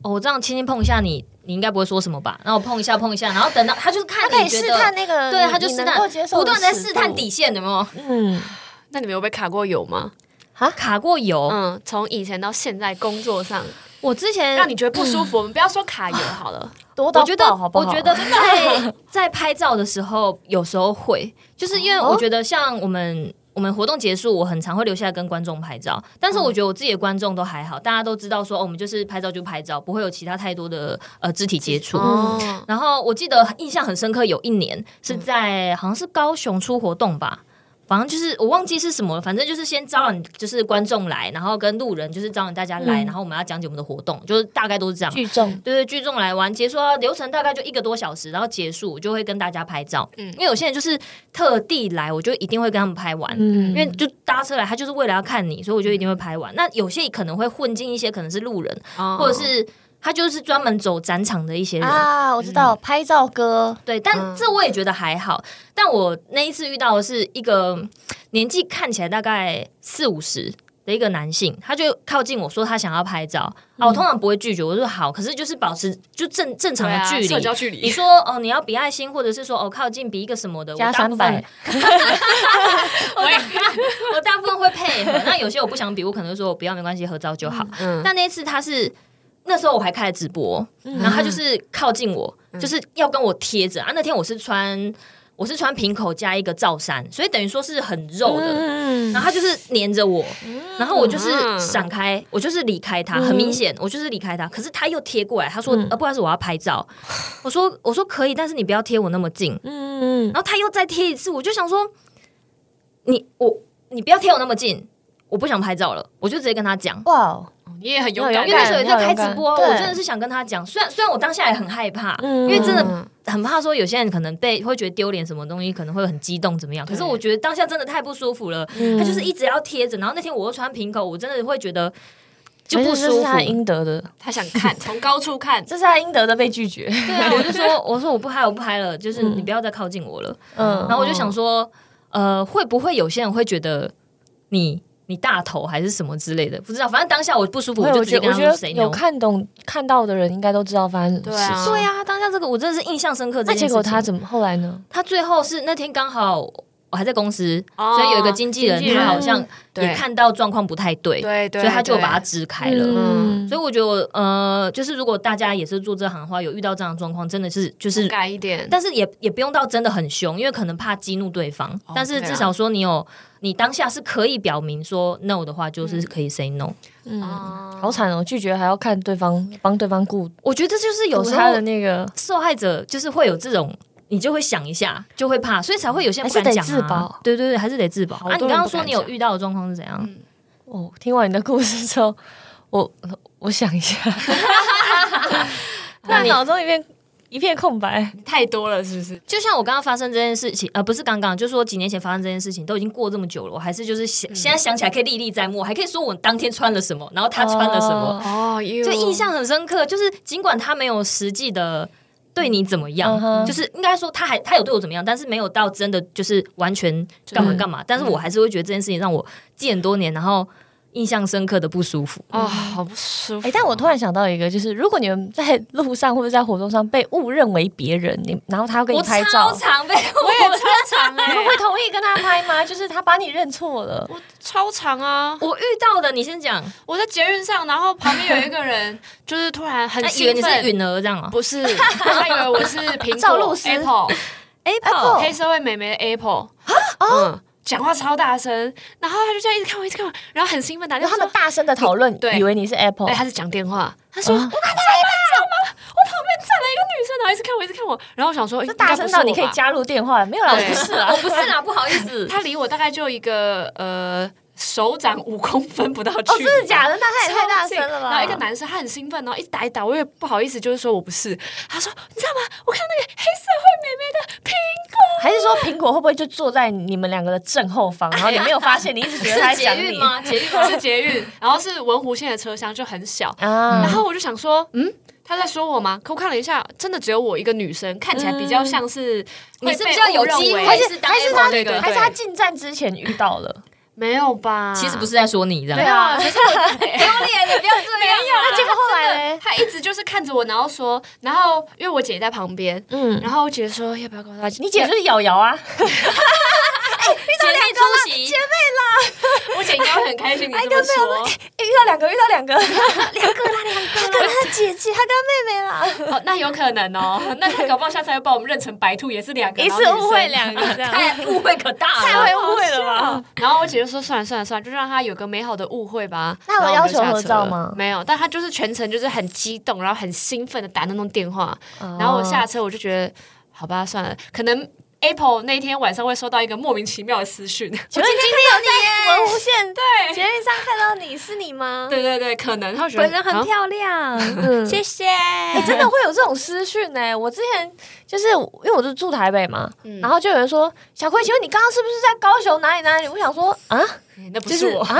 A: 哦，我这样轻轻碰一下你，你应该不会说什么吧？然后我碰一下碰一下，然后等到他就是看
C: 他可以
A: 你觉
C: 试
A: 得
C: 探那个，
A: 对，
C: 你
A: 他就
C: 你
A: 试
C: 能
A: 探
C: 够接，受
A: 不
C: 的
A: 断在
C: 尺
A: 试探
C: 度
A: 底线，哦有没有？
C: 嗯，
B: 那你们有被卡过油吗？
A: 卡过油，
B: 嗯，从以前到现在工作上，
A: 我之前
B: 让你觉得不舒服，我们不要说卡油好了。
C: 多到
A: 我觉得
C: 爆好不好？
A: 我觉得在在拍照的时候，有时候会，就是因为我觉得像我们。我们活动结束，我很常会留下来跟观众拍照，但是我觉得我自己的观众都还好，大家都知道说，哦，我们就是拍照就拍照，不会有其他太多的呃肢体接触。
B: 哦，
A: 然后我记得印象很深刻，有一年是在、好像是高雄出活动吧。反正就是我忘记是什么了，反正就是先招揽就是观众来，然后跟路人就是招揽大家来，
C: 嗯
A: 然后我们要讲解我们的活动，就是大概都是这样。
C: 聚众，
A: 对对，聚众来玩，结束啊流程大概就一个多小时，然后结束我就会跟大家拍照。
B: 嗯
A: 因为有些人就是特地来，我就一定会跟他们拍完。
C: 嗯
A: 因为就搭车来，他就是为了要看你，所以我就一定会拍完。那有些可能会混进一些可能是路人，
B: 哦
A: 或者是。他就是专门走展场的一些人。
C: 啊，我知道，拍照哥，
A: 对，
B: 嗯
A: 但这我也觉得还好。但我那一次遇到的是一个年纪看起来大概四五十的一个男性，他就靠近我说他想要拍照、
B: 嗯
A: 啊，我通常不会拒绝，我说好，可是就是保持就正正常
B: 对
A: 的
B: 啊，
A: 距离。
B: 社交距离
A: 你。说哦，你要比爱心，或者是说哦靠近比一个什么的，我
C: 加
A: 大部分
C: 300
A: 我大部分会配合。 那有些我不想比，我可能就说我不要没关系，合照就好。
B: 嗯
A: 但那一次他是那时候我还开了直播，然后他就是靠近我，就是要跟我贴着啊。那天我是穿我是穿平口加一个罩衫，所以等于说是很肉的。
C: 嗯
A: 然后他就是黏着我，然后我就是
B: 嗯
A: 闪开，我就是离开他，很
C: 嗯
A: 明显，我就是离开他。可是他又贴过来，他说：“呃，不好意思，我要拍 照。”我说：“我说可以，但是你不要贴我那么近。”
C: 嗯
A: 然，后他又再贴一次，我就想说，你我你不要贴我那么近，我不想拍照了，我就直接跟他讲。
C: 哇哦，
B: 你也很勇
C: 要
B: 敢
A: 因为，那时候也在
C: 勇
A: 开
C: 敢
A: 直播，啊
C: 对
A: 我真的是想跟他讲。虽然虽然我当下也很害怕，
C: 嗯
A: 因为真的很怕说有些人可能被会觉得丢脸什么东西，可能会很激动怎么样。可是我觉得当下真的太不舒服了，
C: 嗯
A: 他就是一直要贴着。然后那天我又穿平口，我真的会觉得就不
C: 没事这
A: 舒
C: 是他
A: 服。
C: 应得的，
B: 他想 看，从高处看，
C: 这是他应得的被拒绝。
A: 对啊，我就说我说我不拍我不拍了，就是你不要再靠近我了。
C: 嗯
A: 然后我就想说，呃，会不会有些人会觉得你你大头还是什么之类的？不知道，反正当下我不舒服，
C: 会
A: 就
C: 我
A: 直接
C: 觉得
A: 跟
C: 我
A: 他
C: 觉
A: 说 say
C: 得
A: no
C: 有。看懂看到的人应该都知道发生什么
B: 对
C: 事。
B: 啊，
A: 对啊，当下这个我真的是印象深刻这件
C: 那
A: 事情。
C: 结果他怎么后来呢？
A: 他最后是那天刚好我还在公司，
B: 哦
A: 所以有一个经纪人
B: 经纪人
A: 他好像也
B: 对
A: 看到状况不太对，
B: 对对，
A: 所以他就
B: 对
A: 把它支开了。
C: 嗯，
A: 所以我觉得我，呃，就是如果大家也是做这行的话，有遇到这样的状况，真的是就是
B: 勇敢一点，
A: 但是也也不用到真的很凶，因为可能怕激怒对啊方。
B: 哦
A: 但是至少说你有，你当下是可以表明说 no 的话，就是可以 say no。
B: 哦
C: 好惨哦，拒绝还要看对方帮对方顾
A: 我觉得就是有
C: 顾
A: 时候
C: 他的那个，
A: 受害者就是会有这种。你就会想一下，就会怕，所以才会有些人不敢
C: 还是得
A: 讲、啊、
C: 自保
A: 对对对，还是得自保。
B: 好
A: 啊，你
B: 多人
A: 刚刚
B: 不
A: 说
B: 敢
A: 你有
B: 讲
A: 遇到的状况是怎样？
B: 嗯
C: 哦，听完你的故事之后，我我想一下， 那脑中一片一片空白。
B: 太多了，是不是？
A: 就像我刚刚发生这件事情，呃，不是刚刚，就说几年前发生这件事情，都已经过这么久了，我还是就是想、现在想起来可以历历在目，还可以说我当天穿了什么，然后他穿了什么，
C: 哦
B: 哦，
A: 就
B: 就
A: 印象很深刻。就是尽管他没有实际的对你怎么样
C: 嗯哼
A: 就是应该说他还他有对我怎么样，但是没有到真的就是完全干嘛干嘛。但是我还是会觉得这件事情让我记很多年，然后印象深刻的不舒服。
B: 哦，好不舒服。
C: 哎、但我突然想到一个，就是如果你们在路上或者在活动上被误认为别人，你然后他要跟你
A: 我
C: 拍
A: 超
C: 照，
A: 常被我
B: 也超长
C: 你
B: 哎
C: 们会同意跟他拍吗？就是他把你认错了，
B: 我超长啊！
A: 我遇到的，你先讲，
B: 我在捷运上，然后旁边有一个人， 就是突然很
A: 那以为
B: 兴
A: 你是
B: 奋，
A: 允儿这样啊
B: 不是，他以为我是苹
C: 赵
B: 果
C: 露思哦
B: Apple
A: ？Apple，
B: 黑社会美眉的 Apple，嗯，讲话超大声，然后他就这样一直看我，一直看我，然后很兴奋打电
C: 然
B: 话
C: 后
B: 说
C: 他们大声的讨论，
B: 对
C: 以为你是 Apple，、
B: 哎、他是讲电话，他说：“我
C: 啊
B: 刚才拍照吗？我旁边站了一个女生，然后一直看我，一直看我。”然后我想说：“
C: 这
B: 这
C: 大声到你可以。加入电话，没有啦，我
B: 对
C: 不是
A: 我
C: 啊，
A: 哦不是啦，不好意 思”。
B: 他离我大概就一个呃手掌五公分不到距离。
C: 哦，真的假的？那他也太大声了吧？
B: 然后一个男生他很兴奋，然后一直打一打，我也不好意思，就是说我不是。他说：“你知道吗？我看到那个黑社会妹妹的苹 果。
C: 还是说苹果会不会就坐在你们两个的正后方，然后你没有发现，你一直觉 得他在
A: 是
C: 讲
A: 捷
C: 你
A: 运吗？捷运吗”
B: 是捷运，然后是文湖线的车厢，就很小。
C: 啊？
B: 然后我就想说，嗯，他在说我吗？可我看了一下，真的只有我一个女生，看起来比较像是
A: 你是比较有机会，
C: 还是
A: 当
C: 还是
A: Apple
C: 他
A: 那个
C: 还是他进站之前遇到 了？
B: 没有吧？
A: 其实不是在说你这
B: 没
A: 样。
B: 有啊，可是我没有。
A: 丢脸，你不要这
B: 啊
A: 样。
C: 那结果后来嘞？
B: 他一直就是看着我，然后说，然后因为我姐在旁边，
C: 嗯，
B: 然后我姐说要不要告诉他？
C: 你姐就是瑶瑶啊，
A: 姐妹出席，
B: 我姐应该会很开心你这么 说。
C: 哎遇到两个，遇到两个，啊 两个啦，两个。他跟他姐姐，他跟妹妹啦，
B: 哦，那有可能 哦，那他搞不好下次还把我们认成白兔，也是两个，
C: 一次
B: 然后女生
C: 误会两个这样。
A: 太误会可大
C: 太
A: 了。
C: 会误会了吧？
B: 然后我姐就说：“算了算了算了，就让他有个美好的误会吧。”
C: 那有
B: 然后我就
C: 要求合
B: 下车了
C: 照吗
B: 没有，但他就是全程就是很激动，然后很兴奋的打那通电话。然后我下车，我就觉得好吧，算了，可能 Apple 那天晚上会收到一个莫名其妙的私讯。
C: 请问今天有在文湖线对捷运上看到你是你吗？
B: 对对对，可能他会觉得
A: 本人很
B: 啊
A: 漂亮，
C: 嗯
A: 谢谢。
C: 哎、真的会有这种私讯呢、我之前就是因为我就住台北嘛，然后就有人说小葵，请问你刚刚是不是在高雄哪里哪里？我想说啊，
B: 哎那不
C: 就是是
B: 我，
C: 啊，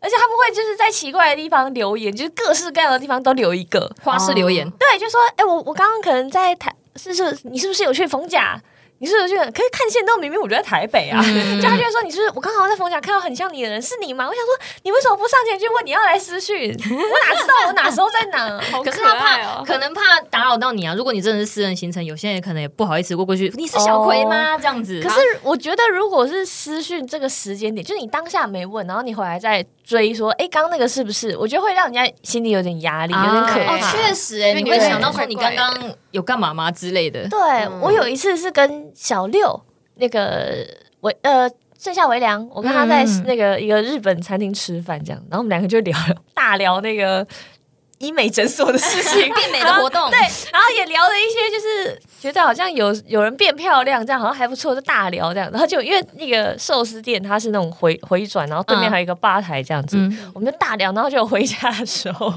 C: 而且他们会就是在奇怪的地方留言，就是各式各样的地方都留一个。
A: 花式留言，
C: 对，就说哎、诶我我刚刚可能在台，是是，你是不是有去逢甲？你是不是去？可是看线动，明明我就在台北啊。 就他就会说你是不是我刚好在逢甲看到很像你的人，是你吗？我想说你为什么不上前去问你要来私讯？我哪知道我哪时候在哪？
B: 好
A: 可是他
B: 爱
A: 怕，
B: 哦
A: 可能怕打扰到你啊。如果你真的是私人行程，有些人可能也不好意思过过去。你是小葵吗？这样子。
C: 可是我觉得，如果是私讯这个时间点，就是你当下没问，然后你回来再追说，哎、刚刚那个是不是？我觉得会让人家心里有点压力，有点可怕。
A: 哦，确实哎，
B: 因为
A: 你
B: 你
A: 会
C: 会
A: 想到说
B: 怪
A: 你刚
B: 怪的
A: 刚有干嘛吗之类的。
C: 对、我有一次是跟小六那个维呃。盛夏维良，我跟他在
A: 嗯
C: 那个一个日本餐厅吃饭，这样，然后我们两个就聊了大聊那个医美诊所的事 情，
A: 变美的活动，欸
C: 对，然后也聊了一些，就是觉得好像有有人变漂亮，这样好像还不错，就大聊这样。然后就因为那个寿司店它是那种回回转，然后对
A: 嗯
C: 面还有一个吧台这样子，
A: 嗯，
C: 我们就大聊。然后就回家的时候，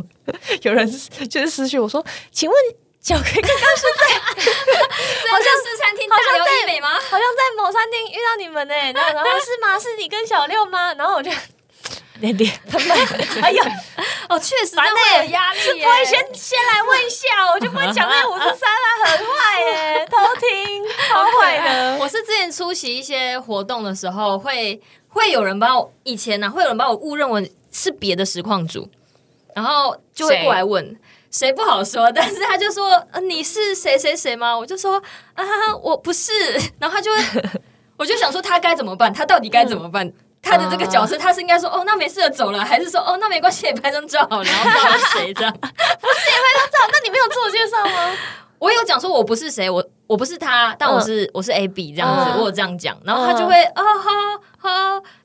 C: 有人就是私讯我说：“请问小 K 刚刚
A: 好像是餐厅大聊医美吗？
C: 好像在某餐厅遇到你们呢、然后然后是吗？是你跟小六吗？”然后我就脸脸喷麦，哎呀，
A: 哦，确实
C: 烦
A: 那会
C: 欸
A: 有压力耶，
C: 不会先先来问一下，我就不会讲那五十三啊，很坏耶、偷听，好坏的。
A: 我是之前出席一些活动的时候，会会有人把我以前呢、啊，会有人把我误认为是别的实况组，然后就会
B: 谁
A: 过来问。谁不好说，但是他就说、呃、你是谁谁谁吗？我就说啊，我不是。然后他就会， 我就想说他该怎么办？他到底该怎么办？他的这个
C: 嗯
A: 角色，他是应该说哦，那没事了，走了，还是说哦，那没关系，拍张照，然后不知道是谁这样？
C: 那你没有自我介绍吗？
A: 我有讲说我不是谁，我我不是他，但我是、我是 A B 这样子，
C: 嗯
A: 我有这样讲，然后他就会哦好好，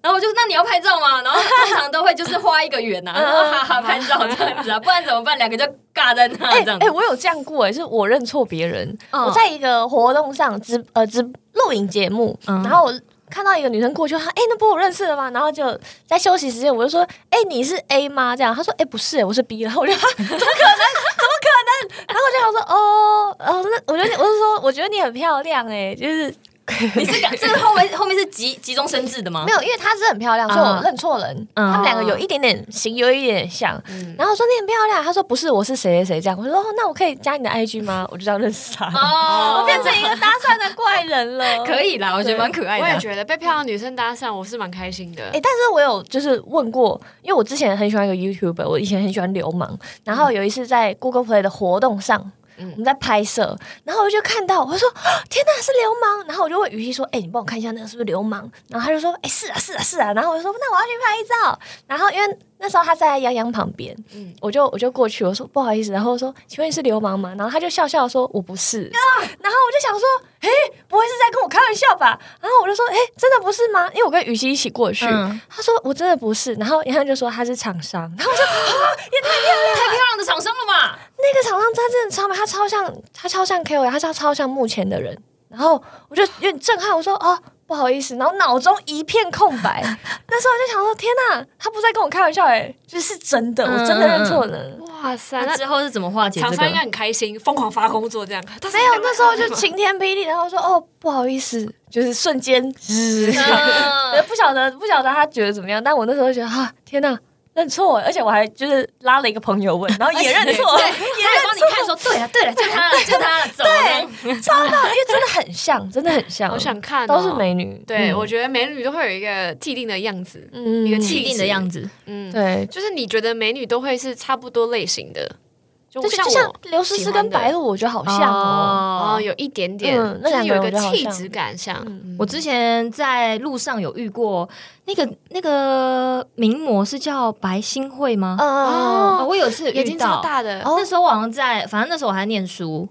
A: 然后我就那你要拍照吗？然后通常都会就是画一个圆呐、啊，然后哈哈拍照这样子啊，不然怎么办？两个就尬在那
C: 哎
A: 啊这样
C: 哎，
A: 子。
C: 我有这样过哎、是我认错别人。
A: 嗯
C: 我在一个活动上直呃直录影节目，
A: 嗯
C: 然后我看到一个女生过去，她哎、那不是我认识的吗？然后就在休息时间，我就说哎、你是 A 吗？这样，她说哎、不是、我是 B。然后我就 哈怎么可能？怎么可能？然后我就想说哦，哦那我觉得你我是说我觉得你很漂亮哎、就是
A: 嗯你是感这个后面后面是急急中生智的吗？
C: 没有，因为她是很漂亮，所以我认错人。
A: 嗯
C: 他们两个有一点点型，有一点点像。然后我说你很漂亮，她说不是，我是谁谁谁这样。我说哦，那我可以加你的 IG 吗？我就这样认识她。
A: 哦，
C: 我变成一个搭讪的怪人 了。
A: 可以啦，我觉得蛮可爱
B: 我
A: 的
B: 也
A: 啊。
B: 觉得被漂亮女生搭讪，我是蛮开心的
C: 哎、。但是我有就是问过，因为我之前很喜欢一个 YouTuber，我以前很喜欢流氓，然后有一次在 Google Play 的活动上。我们在拍摄，然后我就看到，我就说啊天哪，是流氓！然后我就问于西说：“哎、你帮我看一下那个是不是流氓？”然后他就说：“哎、是啊，是啊，是啊。”然后我就说：“那我要去拍照。”然后因为那时候他在洋洋旁边，
B: 嗯
C: 我就我就过去，我说：“不好意思。”然后我说：“请问你是流氓吗？”然后他就笑笑地说：“我不是。然后我就想说：“哎、不会是在跟我开玩笑吧？”然后我就说：“哎、真的不是吗？”因为我跟于西一起过去，
A: 嗯
C: 他说我真的不是，然后杨洋就说他是厂商，然后我说
A: 太漂亮的厂商了吧？
C: 那个厂商他真的超美，他超像他超像 K O，他超超像目前的人，然后我就有点震撼，我说哦不好意思，然后脑中一片空 白，那时候我就想说天哪，他不是在跟我开玩笑哎、就是真
B: 嗯
C: 的，我真的认错人。
B: 哇塞，
A: 那
B: 那
A: 之后是怎么化解
B: 厂
A: 这
B: 商应该
A: 个？
B: 很开心，疯狂发工作这样。
C: 没有，那时候就晴天霹雳，然后说哦不好意思，就是瞬间，呃
A: 嗯
C: 不晓得不晓得他觉得怎么样，但我那时候觉得啊天哪认错，而且我还就是拉了一个朋友问，然后也认 错，
A: 对，他也帮你看说，对啊了对了，就他了，就他了，走了。
C: 超到，因为真的很像，真的很像，
B: 好想看哦，
C: 都是美女，
B: 对，
C: 嗯
B: 我觉得美女都会有一个既定的样子，
C: 嗯
B: 一个
A: 既
B: 气
A: 定的样子，
B: 嗯，
C: 对，
B: 就是你觉得美女都会是差不多类型的，就
C: 就
B: 像
C: 就像
B: 我
C: 刘诗诗跟白鹿，我觉得好像哦，
B: 哦，
A: 哦。
B: 有一点点，
C: 嗯那
B: 就是
C: 两
B: 有
C: 个
B: 一个
C: 人我觉得好
B: 气
C: 像
B: 质感像。嗯
A: 我之前在路上有遇过那个那个名模是叫白新慧吗？
C: 嗯嗯
A: 哦，我有一次
B: 眼
A: 遇
B: 睛超
A: 到，
B: 大的，哦
A: 那时候我好像在，反正那时候我还念书，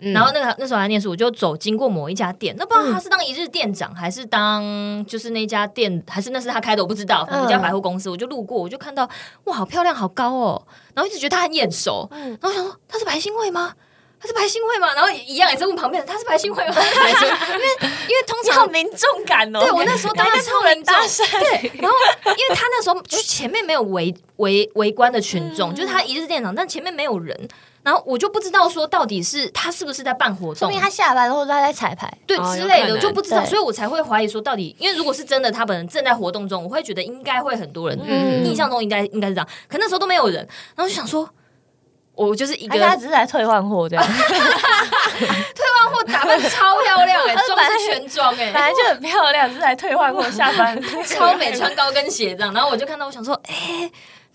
B: 嗯
A: 然后那个那时候还念书，我就走经过某一家店，那不知道他是当一日店长，还是当就是那家店，还是那是他开的，我不知道，反正一家
C: 嗯
A: 百货公司，我就路过，我就看到哇，好漂亮，好高哦，然后一直觉得他很眼熟，
B: 嗯
A: 然后我想说他是白新慧吗？他是白新慧吗？然后一样也是问旁边的，他是白新慧吗？ 他是白新慧吗因为因为通
C: 你
A: 常
C: 好民众感哦，
A: 对我那时候当 然超民众
C: 搭，讪
A: 对，然后因为他
B: 嗯
A: 那时候前面没有围围围观的群众，就是他一日店长，但前面没有人，然后我就不知道说到底是他是不是在办活
C: 说
A: 动
C: 明，他下班或者他在彩排。
A: 对
B: 哦
A: 之
B: 有
A: 类
B: 可
A: 的，
B: 能
A: 我就不知道，
C: 对
A: 所以我才会怀疑说到底，因为如果是真的，他本人正在活动中，我会觉得应该会很多人，
B: 嗯
A: 印象中应该应该是这样，可那时候都没有人，然后就想说。啊我就是一
C: 还
A: 个
C: 是他只是来退换货 这样，
A: 我打扮超漂亮 哎、
C: 本
A: 妆
C: 来
A: 是全妆哎、
C: 本来就很漂亮，只是来退换货，下班
A: 超美，穿高跟鞋这样。然后我就看到，我想说，哎、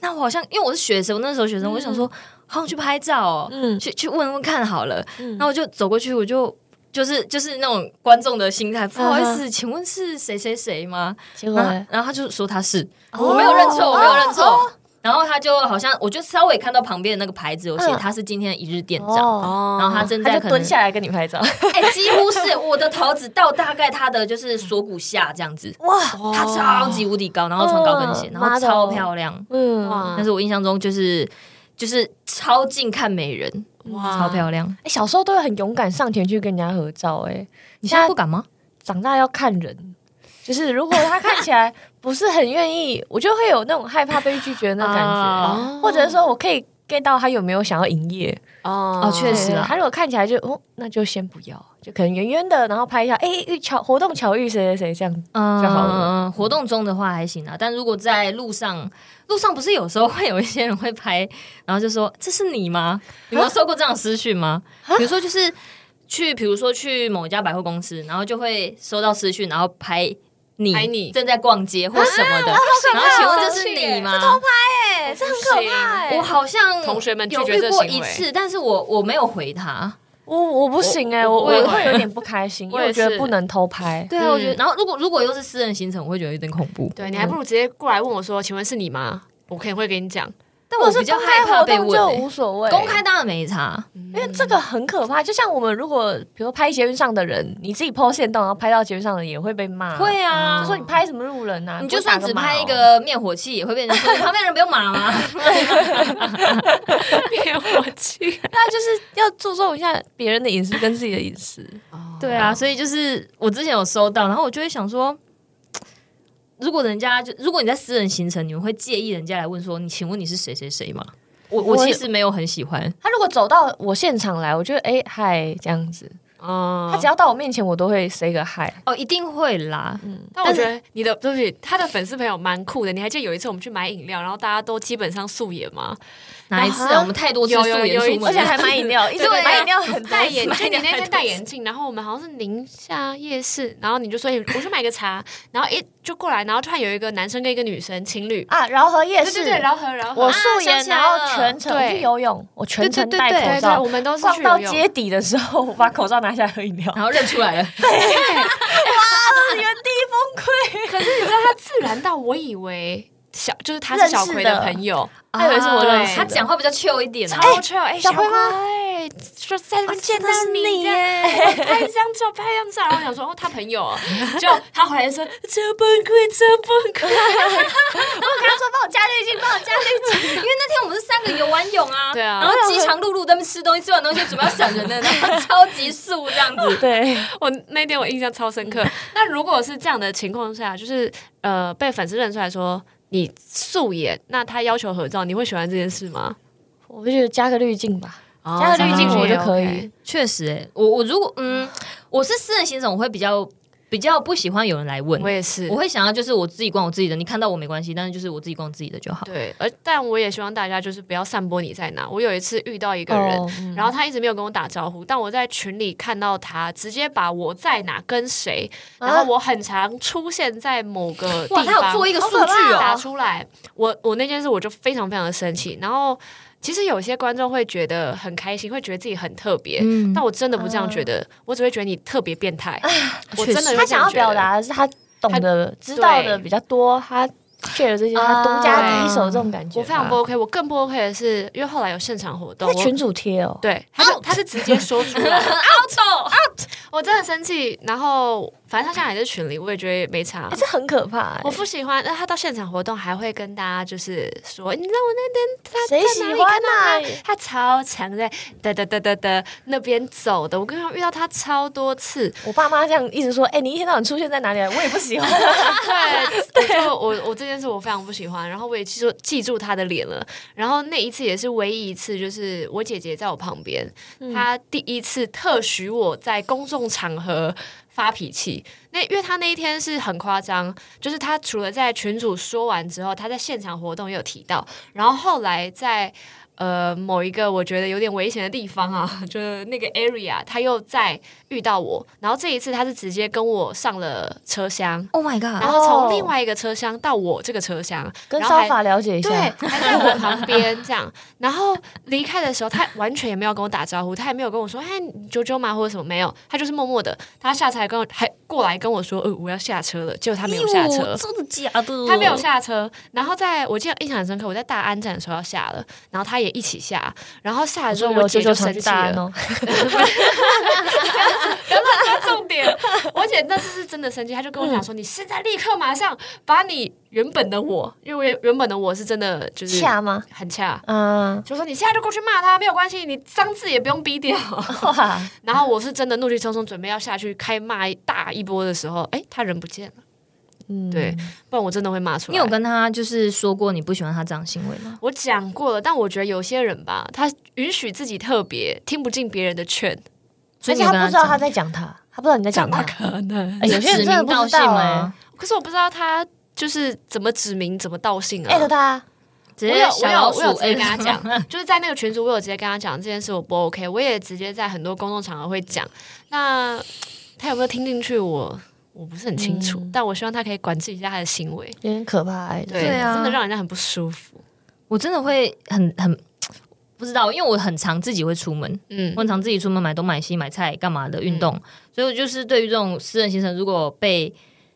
A: 那我好像因为我是学生，我那时候学生，我就想说，
C: 嗯
A: 好想去拍照哦，
B: 嗯
A: 去去问问看好了。
C: 嗯
A: 然后我就走过去，我就。就是就是那种观众的心态，不好意
C: 嗯
A: 思，请问是谁谁谁吗？
C: 结
A: 然后然后他就说他是，
C: 哦
A: 我没有认错，我没有认错。然后他就好像，我就稍微看到旁边的那个牌子有写
C: 嗯
A: 他是今天的一日店长，
C: 哦，
B: 哦
A: 然后他正
C: 他
A: 在
C: 就
A: 可
C: 蹲
A: 能
C: 下来跟你拍照，
A: 哎、几乎是我的头只到大概他的就是锁骨下这样子，
C: 哇，
B: 哦
A: 她超级无敌高，然后穿高跟鞋，
C: 嗯
A: 然后超漂亮。
C: 嗯
B: 哇
A: 但是我印象中就是就是超近看美人，
B: 哇
A: 超漂亮。
C: 哎小时候都会很勇敢上前去跟人家合照，哎，
A: 你现在不敢吗？
C: 长大要看人，就是如果他看起来不是很愿意， 我就会有那种害怕被拒绝的那种感觉，
A: 啊
C: 或者说我可以 get 到他有没有想要营业。
B: 哦
A: 哦确实
C: 对
A: 啊
C: 他如果看起来就哦，那就先不要，就可能远远的，然后拍一下，哎，遇巧活动巧遇谁谁谁这样。
A: 嗯
C: 就好了
A: 活动中的话还行啊，但如果在路上，路上不是有时候会有一些人会拍，然后就说这是你吗？啊你有没有收过这样的私讯吗？比如说就是去，比如说去某一家百货公司，然后就会收到私讯，然后拍你啊
B: 拍你
A: 正在逛街或什么的，然后请问这是你吗？
C: 哎，这很
B: 可怕哎
A: 我好像
B: 同学们拒
A: 有
B: 绝
A: 遇
B: 这
A: 过
B: 行
A: 一
B: 为
A: 次，但是我我没有回他。
C: 我我不行哎，我
B: 我也
C: 我
B: 会
C: 会有点不 开心，因
B: 我
C: 为
B: 也
C: 我
B: 是
C: 觉得不能偷拍。
A: 对啊，我觉得，然后如果如果又是私人行程，我会觉得有点恐怖。嗯
B: 对你还不如直接过来问我说：“请问是你吗？”我可能会跟你讲，
A: 但
C: 如果
A: 我
C: 是
A: 比较
C: 公开
A: 害怕
C: 活
A: 被
C: 动
A: 问
C: 就
A: 欸、
C: 无所谓，
A: 公开当然没差，
C: 因为这个很可怕。就像我们如果比如说拍捷运上的人，你自己 PO 线动，然后拍到捷运上的人也会被骂，
A: 会啊
C: 就。说你拍什么路人啊？
A: 你
C: 不
A: 就
C: 会打
A: 算只
C: 码
A: 拍一
C: 哦，
A: 个灭火器，也会被人说你旁边人不用啊骂吗？
B: 灭火器。
C: 那就是要注重一下别人的隐私跟自己的隐私。
A: 对啊，所以就是我之前有收到，然后我就会想说，如果人家就如果你在私人行程，你们会介意人家来问说你，请问你是谁谁谁吗？我我
C: 我
A: 其实没有很喜欢，
C: 他如果走到我现场来，我觉得哎嗨这样子，
B: 哦
C: 他只要到我面前，我都会 say 个嗨。
A: 哦，一定会啦，
B: 但我觉得你的对不起，他的粉丝朋友蛮酷的。你还记得有一次我们去买饮料，然后大家都基本上素颜吗？
A: 哪一次
B: 啊哈
A: 啊？我们太多次
B: 有
A: 素
B: 有
A: 颜
B: 有一
A: 出
B: 次
A: 门，
B: 而且还
C: 买饮料，一
B: 直买饮
C: 料很
B: 戴眼
A: 买
B: 镜，就
A: 两
B: 你那
A: 台
B: 天戴
A: 兔
B: 眼镜，然后我们好像是宁夏夜市，然后你就说哎我去买个茶，然后一就过来，然后突然有一个男生跟一个女生情侣，
C: 啊，饶河夜
B: 对对
C: 市，
B: 对，然后和然后
C: 我
A: 啊
C: 素
A: 想
C: 颜，
A: 起来
C: 然
A: 了
C: 后全程我
B: 对
C: 去游泳，我全程
A: 对对
C: 戴
A: 对
B: 对
C: 口
B: 对，
C: 罩
B: 我。们都是
C: 逛
B: 去
C: 到
B: 游泳
C: 街底的时候，我把口罩拿下来喝 饮料，
A: 然后认出 来了，
C: 原地 崩溃。
B: 可是你知道他自然到我以为小就是他是小葵的朋友，
A: 他
C: 以为是我认识
A: 他
C: 的
A: 讲话比较 chill 一点啊，
B: 超 chill 哎、
C: 小葵吗
B: 葵？说在那边见到
A: 真的是
B: 你
A: 你
B: 这样，哎我拍一张照，拍一张照，然后我想说哦，他朋友哦，就他回来说这崩溃，这崩溃，
C: 他说帮我加滤镜，帮我加滤镜。
A: 因为那天我们是三个游完泳 啊，
B: 对啊
A: 然后饥肠辘辘在那边吃东西，吃完东西准备要闪 人的，然后超级速这样子，
C: 对，
B: 我那天我印象超深刻。那如果是这样的情况下，就是呃被粉丝认出来说你素颜，那他要求合照，你会喜欢这件事吗？
C: 我就觉得加个滤镜吧，
B: 哦
C: 加个滤镜
A: 加个
C: 我
A: 滤镜
C: 就
B: 也
C: 可
B: OK
C: 以。
A: 确实、欸，我我如果嗯，我是私人行程，我会比较比较不喜欢有人来问
B: 我，也是
A: 我。会想要就是我自己逛我自己的，你看到我没关系，但是就是我自己逛自己的就好。
B: 对，而但我也希望大家就是不要散播你在哪。我有一次遇到一个人，
C: 哦嗯
B: 然后他一直没有跟我打招呼，但我在群里看到他直接把我在哪跟谁，
C: 啊
B: 然后我很常出现在某个地
A: 哇，
B: 方，
A: 他有做一个数
C: 好可
A: 据
C: 怕
B: 打
A: 哦，
B: 出来。我我那件事我就非常非常的生气，然后。其实有些观众会觉得很开心，会觉得自己很特别，
A: 嗯啊
B: 但我真的不这样觉得，我只会觉得你特别变态。我真的会这
C: 他
B: 样
C: 想要
B: 觉得
C: 表达的是他懂得、知道的比较多，他 share 这些，他独家第一手这种感觉
B: 我
C: 吧。
B: 非常不 OK，我更不 OK 的是，因为后来有现场活动，
C: 他
B: 我
C: 在群主贴哦，
B: 对，他就他是直接说出来，
A: 好丑，
B: 我真的生气。然后反正他现在还在群里，我也觉得没差。
C: 这很可怕、欸
B: 我。不喜欢，那他到现场活动还会跟大家就是说，你知道我那天他
C: 谁
B: 在
C: 喜
B: 哪里
C: 欢
B: 看到
C: 啊
B: 他，他超常在哒哒哒哒哒那边走的。我跟他遇到他超多次，
C: 我爸妈这样一直说，哎、你一天到晚出现在哪里啊？我也不喜欢。
B: 对，我就我我这件事我非常不喜欢，然后我也记住记住他的脸了。然后那一次也是唯一一次，就是我姐姐在我旁边，她第一次特许我在公众场合。发脾气，那因为她那一天是很夸张，就是她除了在群主说完之后，她在现场活动也有提到，然后后来在呃某一个我觉得有点危险的地方啊， 就是那个 area，她又再遇到我，然后这一次她是直接跟我上了车厢，
A: Oh my
B: 然
A: god！
B: 后
C: 哦
B: 从另外一个车厢到我这个车厢，
C: 跟
B: 然后
C: 烧
B: 还
C: 法了解一
B: 对，
C: 下，
B: 还在我旁边这样。然后离开的时候，他完全也没有跟我打招呼，他也没有跟我说“哎，你啾啾吗？”或者什么没有，他就是默默的。他下车还跟我还过来跟我说：“呃，我要下车了。”结果他没有下车，
A: 哎
C: 哦
A: 呦真的假的？
B: 他没有下车，然后在我记得印象很深刻，我在大安站的时候要下了，然后他也一起下，然后下了之后我
C: 我
B: 姐
C: 舅
B: 就
C: 舅
B: 生
C: 常去
B: 气
C: 大安
B: 了，
C: 哦，
B: 重点，我姐那次是真的生气，她就跟我讲
C: 嗯
B: 说：“你现在立刻马上把你原本的我，因为我原原本的我是真的就是
C: 恰吗？
B: 很恰，
C: 嗯，
B: 就说你现在就过去骂他没有关系，你脏字也不用逼掉。
C: 哇，
B: 然后我是真的怒气冲冲，准备要下去开骂一大一波的时候，哎，他人不见了，
C: 嗯，
B: 对，不然我真的会骂出
A: 你
B: 来。
A: 有跟他就是说过你不喜欢他这样行为吗？
B: 我讲过了，但我觉得有些人吧，他允许自己特别，听不进别人的劝，
A: 所
C: 而
A: 以
C: 且
A: 你有
C: 他
A: 跟
C: 不知道他在讲他，他不知道你在讲他，
B: 可能
C: 哎有些人真的不知道哎
A: 吗？
B: 可是我不知道他就是怎么指明、怎么道姓啊
C: 欸艾。特他，
A: 直
B: 我
A: 接
B: 有我
A: 小
B: 有
A: 老鼠
B: 我有直接
A: 哎
B: 跟他讲，就是在那个群组，我有直接跟他讲这件事我不 OK，我也直接在很多公众场合会讲。那他有没有听进去我？我不是很清
A: 嗯
B: 楚，但我希望他可以管制一下他的行为，
C: 有点可怕、欸，
A: 对啊
B: 真的让人家很不舒服。
A: 我真的会很很不知道，因为我很常自己会出门，
B: 嗯
A: 我，很常自己出门买东买西买菜干嘛的运动，所以我就是对于这种私人行程，如果被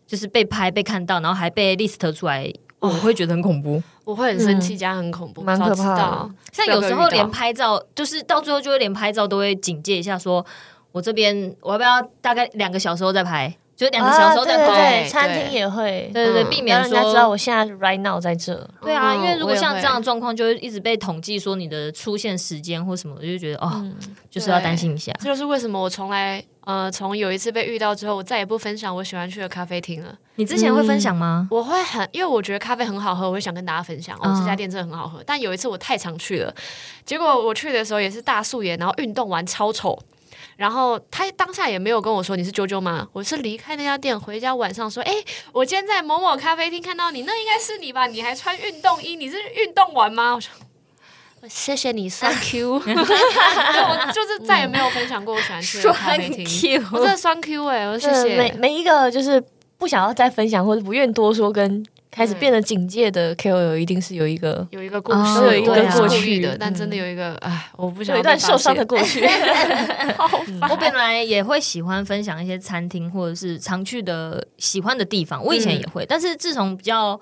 A: 就是被拍被看到，然后还被 list 出来，我会觉得很恐怖。
B: 我会很生气，加上很恐怖，
C: 嗯蛮
B: 早
C: 可
B: 知
C: 怕的
B: 道
A: 像有时候
B: 不要被遇
A: 连
B: 到
A: 拍照，就是到最后就会连拍照都会警戒一下说，我这边我要不要大概两个小时后再拍，就是两个小时后再
C: 啊
A: 拍，
C: 对对
B: 拍
C: 对，餐
B: 对
C: 厅也会，
A: 对对对，
B: 嗯
A: 避
C: 让
A: 免
C: 人
A: 说
C: 家知道我现在 right now 在这。
A: 对啊，因
B: 嗯
A: 为如果像
B: 我也会
A: 这样的状况，就会一直被统计说你的出现时间或什么，我就觉得哦，就是要担心一下。
B: 这就是为什么我从来呃，从有一次被遇到之后，我再也不分享我喜欢去的咖啡厅了。
A: 你之前会分享吗？
B: 我会很，因为我觉得咖啡很好喝，我会想跟大家分享，哦，
A: 嗯
B: 这家店真的很好喝。但有一次我太常去了，结果我去的时候也是大素颜，然后运动完超丑。然后他当下也没有跟我说你是啾啾吗？我是离开那家店回家晚上说，哎，我今天在某某咖啡厅看到你，那应该是你吧？你还穿运动衣，你是运动完吗？我说谢谢你，Thank you。我就是再也没有分享过我喜欢
A: 嗯
B: 去的咖啡厅。我真的酸 Q 哎、我说谢
C: 这每
B: 谢。
C: 每一个就是不想要再分享或者不愿多说，跟开始变得警戒的 KOL，一定是有一个
B: 有一个故
A: 哦有
B: 事，
A: 一个
B: 我也是
A: 过
B: 故
C: 去
B: 意的，
C: 嗯
B: 但真的有一个，哎，我不想
C: 有一段受伤的过
B: 去。
C: 去。
A: 我
B: 嗯
A: 本来也会喜欢分享一些餐厅或者是常去的喜欢的地方，我以前也会，但是自从比较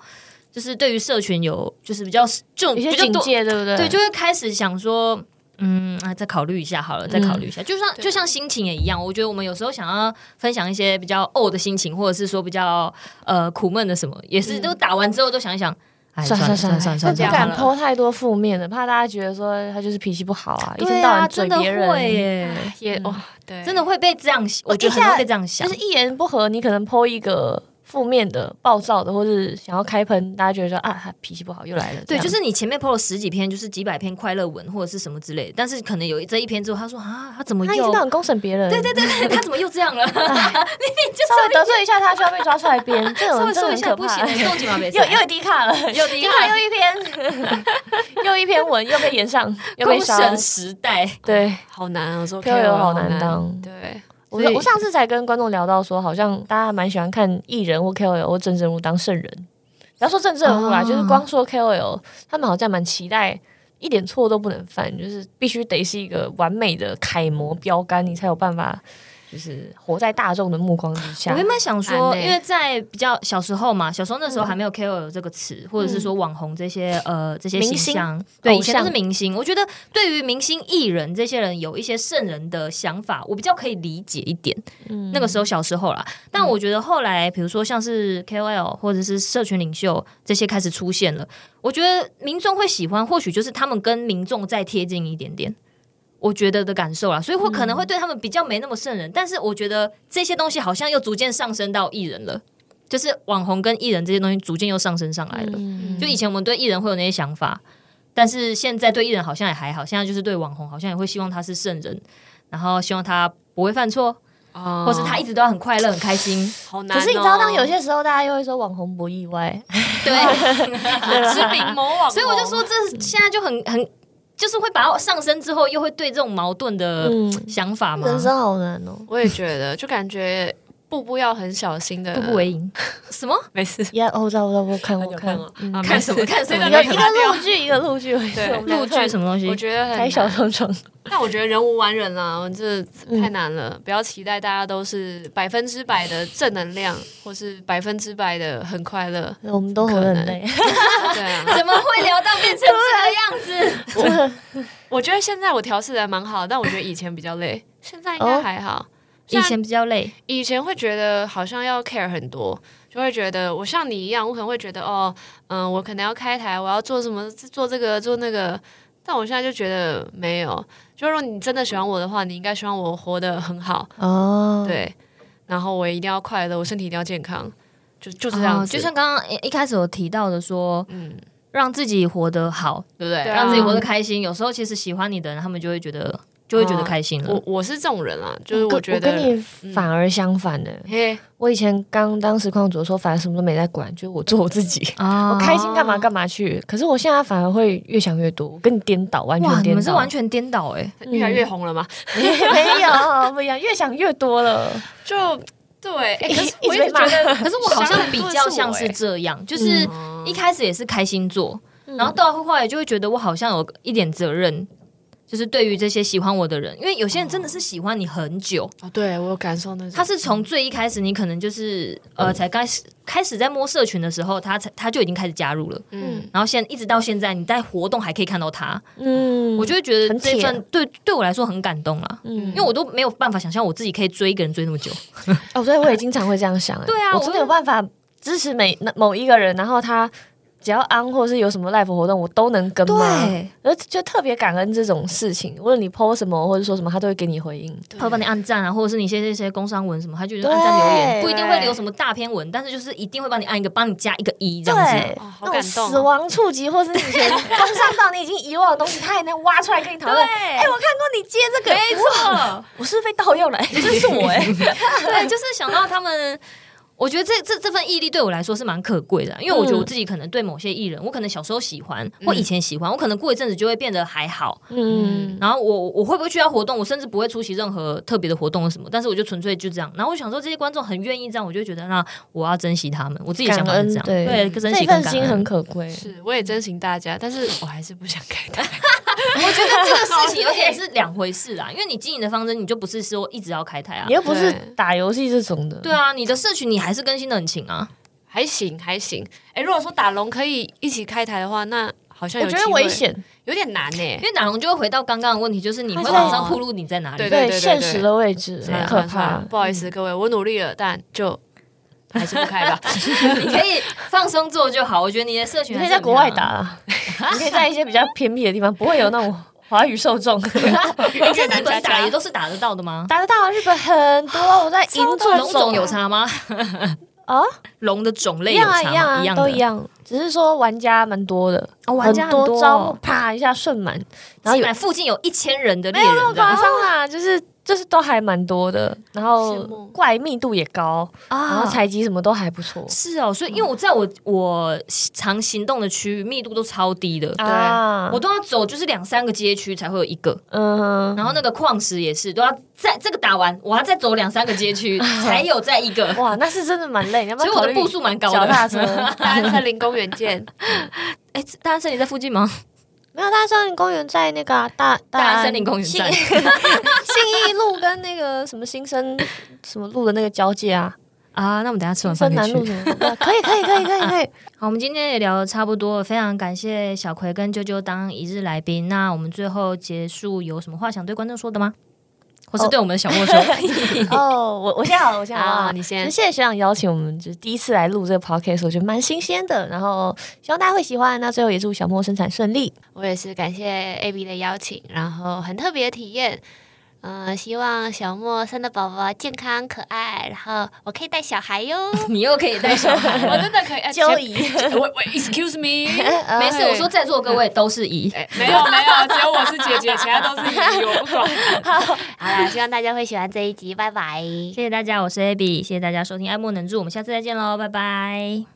A: 就是对于社群有就是比较就
C: 有
A: 比
C: 些
A: 较
C: 警
A: 多，
C: 戒，对不对？
A: 对，就会开始想说，嗯啊，再考虑一下好了，再考虑一下。就像
B: 对
A: 就像心情也一样，我觉得我们有时候想要分享一些比较呕的心情，或者是说比较呃苦闷的什么，也是都打完之后都想一想，哎，
C: 算
A: 嗯算了
C: 算
A: 算
C: 算
A: 了算
C: 算算，
A: 了算
C: 不敢
A: 了，
C: 抛太多负面的，怕大家觉得说他就是脾气不好啊，一
A: 对
C: 天到
A: 啊
C: 晚
A: 真
C: 嘴
A: 的
C: 别
A: 会
C: 人。
A: 耶，
B: 也哇，对，
A: 哎真的会被这样，我觉得
C: 一
A: 很
C: 下
A: 会被这样想
C: 就是。一言不合，你可能抛一个负面的、暴躁的，或是想要开喷，大家觉得说啊，他脾气不好又来了。这
A: 对，啊
C: 样
A: 就是你前面 PO 了十几篇，就是几百篇快乐文或者是什么之类的，但是可能有这一篇之后，他说啊，他怎么
C: 他一天
A: 又
C: 到晚公审别人，
A: 对对 对对，他怎么又这 样了？
C: 稍微得罪一下他就要被抓出来编， 这
A: 稍
C: 种
A: 微
C: 真的
A: 说一
C: 很
A: 下
C: 可
A: 不
C: 怕
A: 行，。 动静嘛，别
C: 又又低卡了，
A: 又低
C: 低
A: 卡
C: 卡 又一篇，又一篇文又被延上，又被
A: 公
C: 烧。
A: 审时代，
C: 对，
B: 好难啊，做
C: 漂
B: KOL
C: 流好
B: 好
C: 难当
B: 对，
C: 我
B: 所以
C: 我上次才跟观众聊到说，好像大家蛮喜欢看艺人或 KOL 或政治人物当圣人。不要说政治人物啦，
A: 哦
C: 就是光说 KOL，他们好像蛮期待一点错都不能犯，就是必须得是一个完美的楷模标杆，你才有办法。
B: 就是
C: 活在大众的目光之下
A: 我原。本想说，
B: 难欸
A: 因为在比较小时候嘛，小时候那时候还没有 KOL 这个词，或者是说网红这些呃这些
C: 明
A: 形
C: 星
A: 象，哦对，
C: 偶
A: 以前都是
C: 像
A: 明星。我觉得对于明星艺人这些人有一些圣人的想法，我比较可以理解一点。那个时候小时候啦，但我觉得后来，比如说像是 KOL 或者是社群领袖这些开始出现了，我觉得民众会喜欢，或许就是他们跟民众再贴近一点点。我觉得的感受啦，所以会可能会对他们比较没那么圣人，但是我觉得这些东西好像又逐渐上升到艺人了，就是网红跟艺人这些东西逐渐又上升上来了。
C: 嗯
A: 就以前我们嗯对艺人会有那些想法，但是现在对艺人好像也还好，现在就是对网红好像也会希望他是圣人，然后希望他不会犯错，
B: 哦
A: 或是他一直都要很快乐、很开心。
B: 好难、哦
C: 可是你知道，当有些时候大家又会说网红不意外，
A: 对，
B: 知名某
C: 啊
B: 网，
A: 所以我就说这现在就很很。就是会把它上升之后，又会对这种矛盾的
C: 嗯
A: 想法嘛，
C: 人生好难哦。
B: 我也觉得，就感觉步步要很小心的，
A: 步步为营。什么？
B: 没事。
C: 呀，哦我知道，我知道，我看，我看，
B: 啊
A: 看嗯什么看什么
B: 没
C: 有
B: 事
C: 一
B: 这
C: 个
B: 段可以
C: 陆剧，一个陆剧，
B: 对
A: 录剧什
C: 么
A: 么东西
B: 我？觉得很
C: 开小
B: 难，
C: 窗窗，
B: 但我觉得人无完人啦，我这
C: 嗯。
B: 太难了。不要期待大家都是百分之百的正能量，或是百分之百的很快乐
C: 我们都活得很累。
B: 对啊，
A: 怎么会聊到变成这个样子？
B: 我觉得现在我调试的还蛮好，但我觉得以前比较 累，现在应该还好。
A: 以前比较累，
B: 以前会觉得好像要 care 很多，就会觉得我像你一样，我可能会觉得哦，嗯，我可能要开台，我要做什么，做这个，做那个。但我现在就觉得没有，就如果你真的喜欢我的话，你应该希望我活得很好，
C: 哦，
B: 对。然后我一定要快乐，我身体一定要健康，就
A: 就
B: 就
A: 是
B: 这
C: 哦
B: 样子。
A: 哦就像刚刚一一开始有提到的说。
B: 嗯，
A: 让自己活得好，对不对？
B: 对啊
A: 让自己活得开心。有时候其实喜欢你的人，他们就会觉得，就会觉得开心了。
B: 我我是这种人啊，就是
C: 我嗯跟
B: 我觉
C: 我跟
B: 得，
C: 你反而相反呢。
B: 嘿，
C: 我以前刚当实况主的时候，反而什么都没在管，就是我做我自己，
A: 啊
C: 我开心干嘛干嘛去。可是我现在反而会越想越多，我跟你颠倒，完
A: 哇，
C: 全
A: 你
C: 颠
A: 们是
C: 倒，
A: 完全 颠倒哎、
B: 越来
C: 嗯
B: 越红了嘛，
C: 没有不一样，越想越多了。
B: 就对。哎，可是
C: 一
B: 我
C: 直
B: 一
C: 被
B: 直觉得，
A: 可是我好
B: 想
A: 像
B: 很
A: 比
B: 多
A: 较
B: 次
A: 像
B: 我
A: 是
B: 欸
A: 这样，就是
B: 嗯
C: 嗯
A: 一开始也是开心做，然后到后来就会觉得我好像有一点责任，就是对于这些喜欢我的人，因为有些人真的是喜欢你很久，
B: 哦，对我有感受那种，
A: 他是从最一开始，你可能就是呃，才开始开始在摸社群的时候，他才他就已经开始加入了，
B: 嗯，
A: 然后现一直到现在，你在活动还可以看到他，
C: 嗯
A: 我就会觉得
C: 很
A: 这
C: 铁
A: 份对对我来说很感动啦。
C: 嗯
A: 因为我都没有办法想象我自己可以追一个人追那么久，
C: 哦，所以我也经常会这样想、 哎，
A: 对啊
C: 我真的有办法支持每那某一个人，然后他只要安或是有什么 live 活动，我都能跟吗？
A: 对，
C: 而就特别感恩这种事情，无论你 PO 什么或者说什么，他都会给你回应。
A: 他会帮你按赞啊，或者是你一些这些工商文什么，他就
C: 对
A: 按赞留言，不一定会
B: 对
A: 留什么大篇文，但是就是一定会帮你按一个，帮你加一个一这样子
C: 对。
B: 哦，好
C: 那种
B: 感动哦
C: 死亡触及，或是你以 前工伤到你已经遗忘的东西，他也能挖出来跟你讨论。哎、我看过你接这个，没错，我是不是被盗用了，哎真是我哎、
A: 对，就是想到他们，我觉得这这这份毅力对我来说是蛮可贵的啊，因为我觉
C: 嗯
A: 得我自己可能对某些艺人，我可能小时候喜欢，或以前喜欢，我可能过一阵子就会变得还好。
C: 嗯，
A: 然后我我会不会去到活动，我甚至不会出席任何特别的活动或什么，但是我就纯粹就这样。然后我想说，这些观众很愿意这样，我就觉得那我要珍惜他们，我自己想法是这样，
C: 感恩
A: 对，
C: 对
A: 珍
C: 这
A: 惜跟
C: 份
A: 感
C: 心
A: 恩。
C: 很可贵。
B: 是，我也珍惜大家，但 是我还是不想开台。
A: 我觉得这个 事 情有点是两回事啊，因为你经营的方针，你就不是说一直要开台啊
C: 你。又不是
B: 对
C: 打游戏这种的，
A: 对啊，你的社群你还是更新的很勤啊。
B: 还行还行。哎、如果说打龙可以一起开台的话，那好像
C: 我
B: 有
C: 觉
B: 机
C: 得
B: 会
C: 危，险。
B: 有点难呢、欸
A: 因为哪龙就会回到刚刚的问题，就是你会
C: 他是
A: 马上暴露你在哪里。
B: 对对对
C: 现实的位置
B: 对
C: 很
B: 啊
C: 可
B: 算
C: 怕
B: 了。不好意思，各位，我努力了，但就还是不开吧。
A: 你可以放松做就好。我觉得你的社群
C: 你
A: 还
C: 可以
A: 是
C: 在
A: 很
C: 国
A: 漂
C: 外
A: 亮
C: 打，啊， 你可以在一些比较偏僻的地方，不会有那种华语受 众
A: 哎在日本打
B: 加加
A: 也都是打得到的吗？
C: 打得到啊。日本很多，我在银座
A: 龙哦种有差吗？
C: 啊，
A: 龙的种类
C: 一
A: 有
C: 样
A: 差
C: 啊，一
A: 吗？
C: 样啊，
A: 的
C: 都一。样。只是说玩家蛮多的，
A: 哦，玩家
C: 多招募
A: 招，
C: 啪一下顺满，然
A: 然
C: 后
A: 后
C: 有
A: 附近有一千人的猎
C: 没有那
A: 人
C: 么
A: 这
C: 夸
A: 样
C: 张啦，就是就是都还蛮多的，然后
B: 羡慕
C: 怪密度也高，然后
A: 啊。
C: 采集什么都还不错
A: 是哦，所以因为我在我我常行动的区域密度都超低的，
C: 啊
A: 我。都要走就是两三个街区才会有一个，
C: 嗯，
A: 然后那个矿石也是都要在这个打完，我要再走两三个街区才有再一 个，
C: 哇，那是真的蛮累，你要不
A: 所以
C: 要
A: 我
C: 考
A: 的
C: 虑
A: 步数蛮高
C: 脚
A: 的。
C: 踏车？
B: 大家在林公园见，
A: 哎，大安森 林在附近吗？
C: 没有，大安森林公园在那个啊、大
A: 大安森林公园
C: 西
A: 站
C: 西信义路跟那个什么新生什么路的那个交界啊，
A: 啊，那我们等一下吃
C: 新
A: 完饭
C: 生
A: 再
C: 南路
A: 去。
C: 什么的，可以可以可以可以可以，
A: 好，我们今天也聊的差不多了，非常感谢小葵跟啾啾当一日来宾。那我们最后结束，有什么话想对观众说的吗？ 或是对我们的小莫说？
C: 哦，我我先好了，我先好了，
B: 好，你先
C: 那。谢谢学长邀请我们，就是第一次来录这个 podcast，我觉得蛮新鲜的。然后希望大家会喜欢。那最后也祝小莫生产顺利。
B: 我也是感谢 AB 的邀请，然后很特别的体验。嗯、希望小莫生的宝宝健康可爱，然后我可以带小孩哟。
A: 你又可以带小孩
B: 我
A: 了。
B: 真的可以。 哎
C: 纠姨，
B: 我我 excuse me，
A: 没事，我说在座各位都是姨。
B: 哎没有没有，只有我是姐姐，其他都是姨，我不管。 好啦，希望大家会喜欢这一集，拜拜。
A: 谢谢大家，我是 Abby，谢谢大家收听《爱莫能助》，我们下次再见喽，拜拜。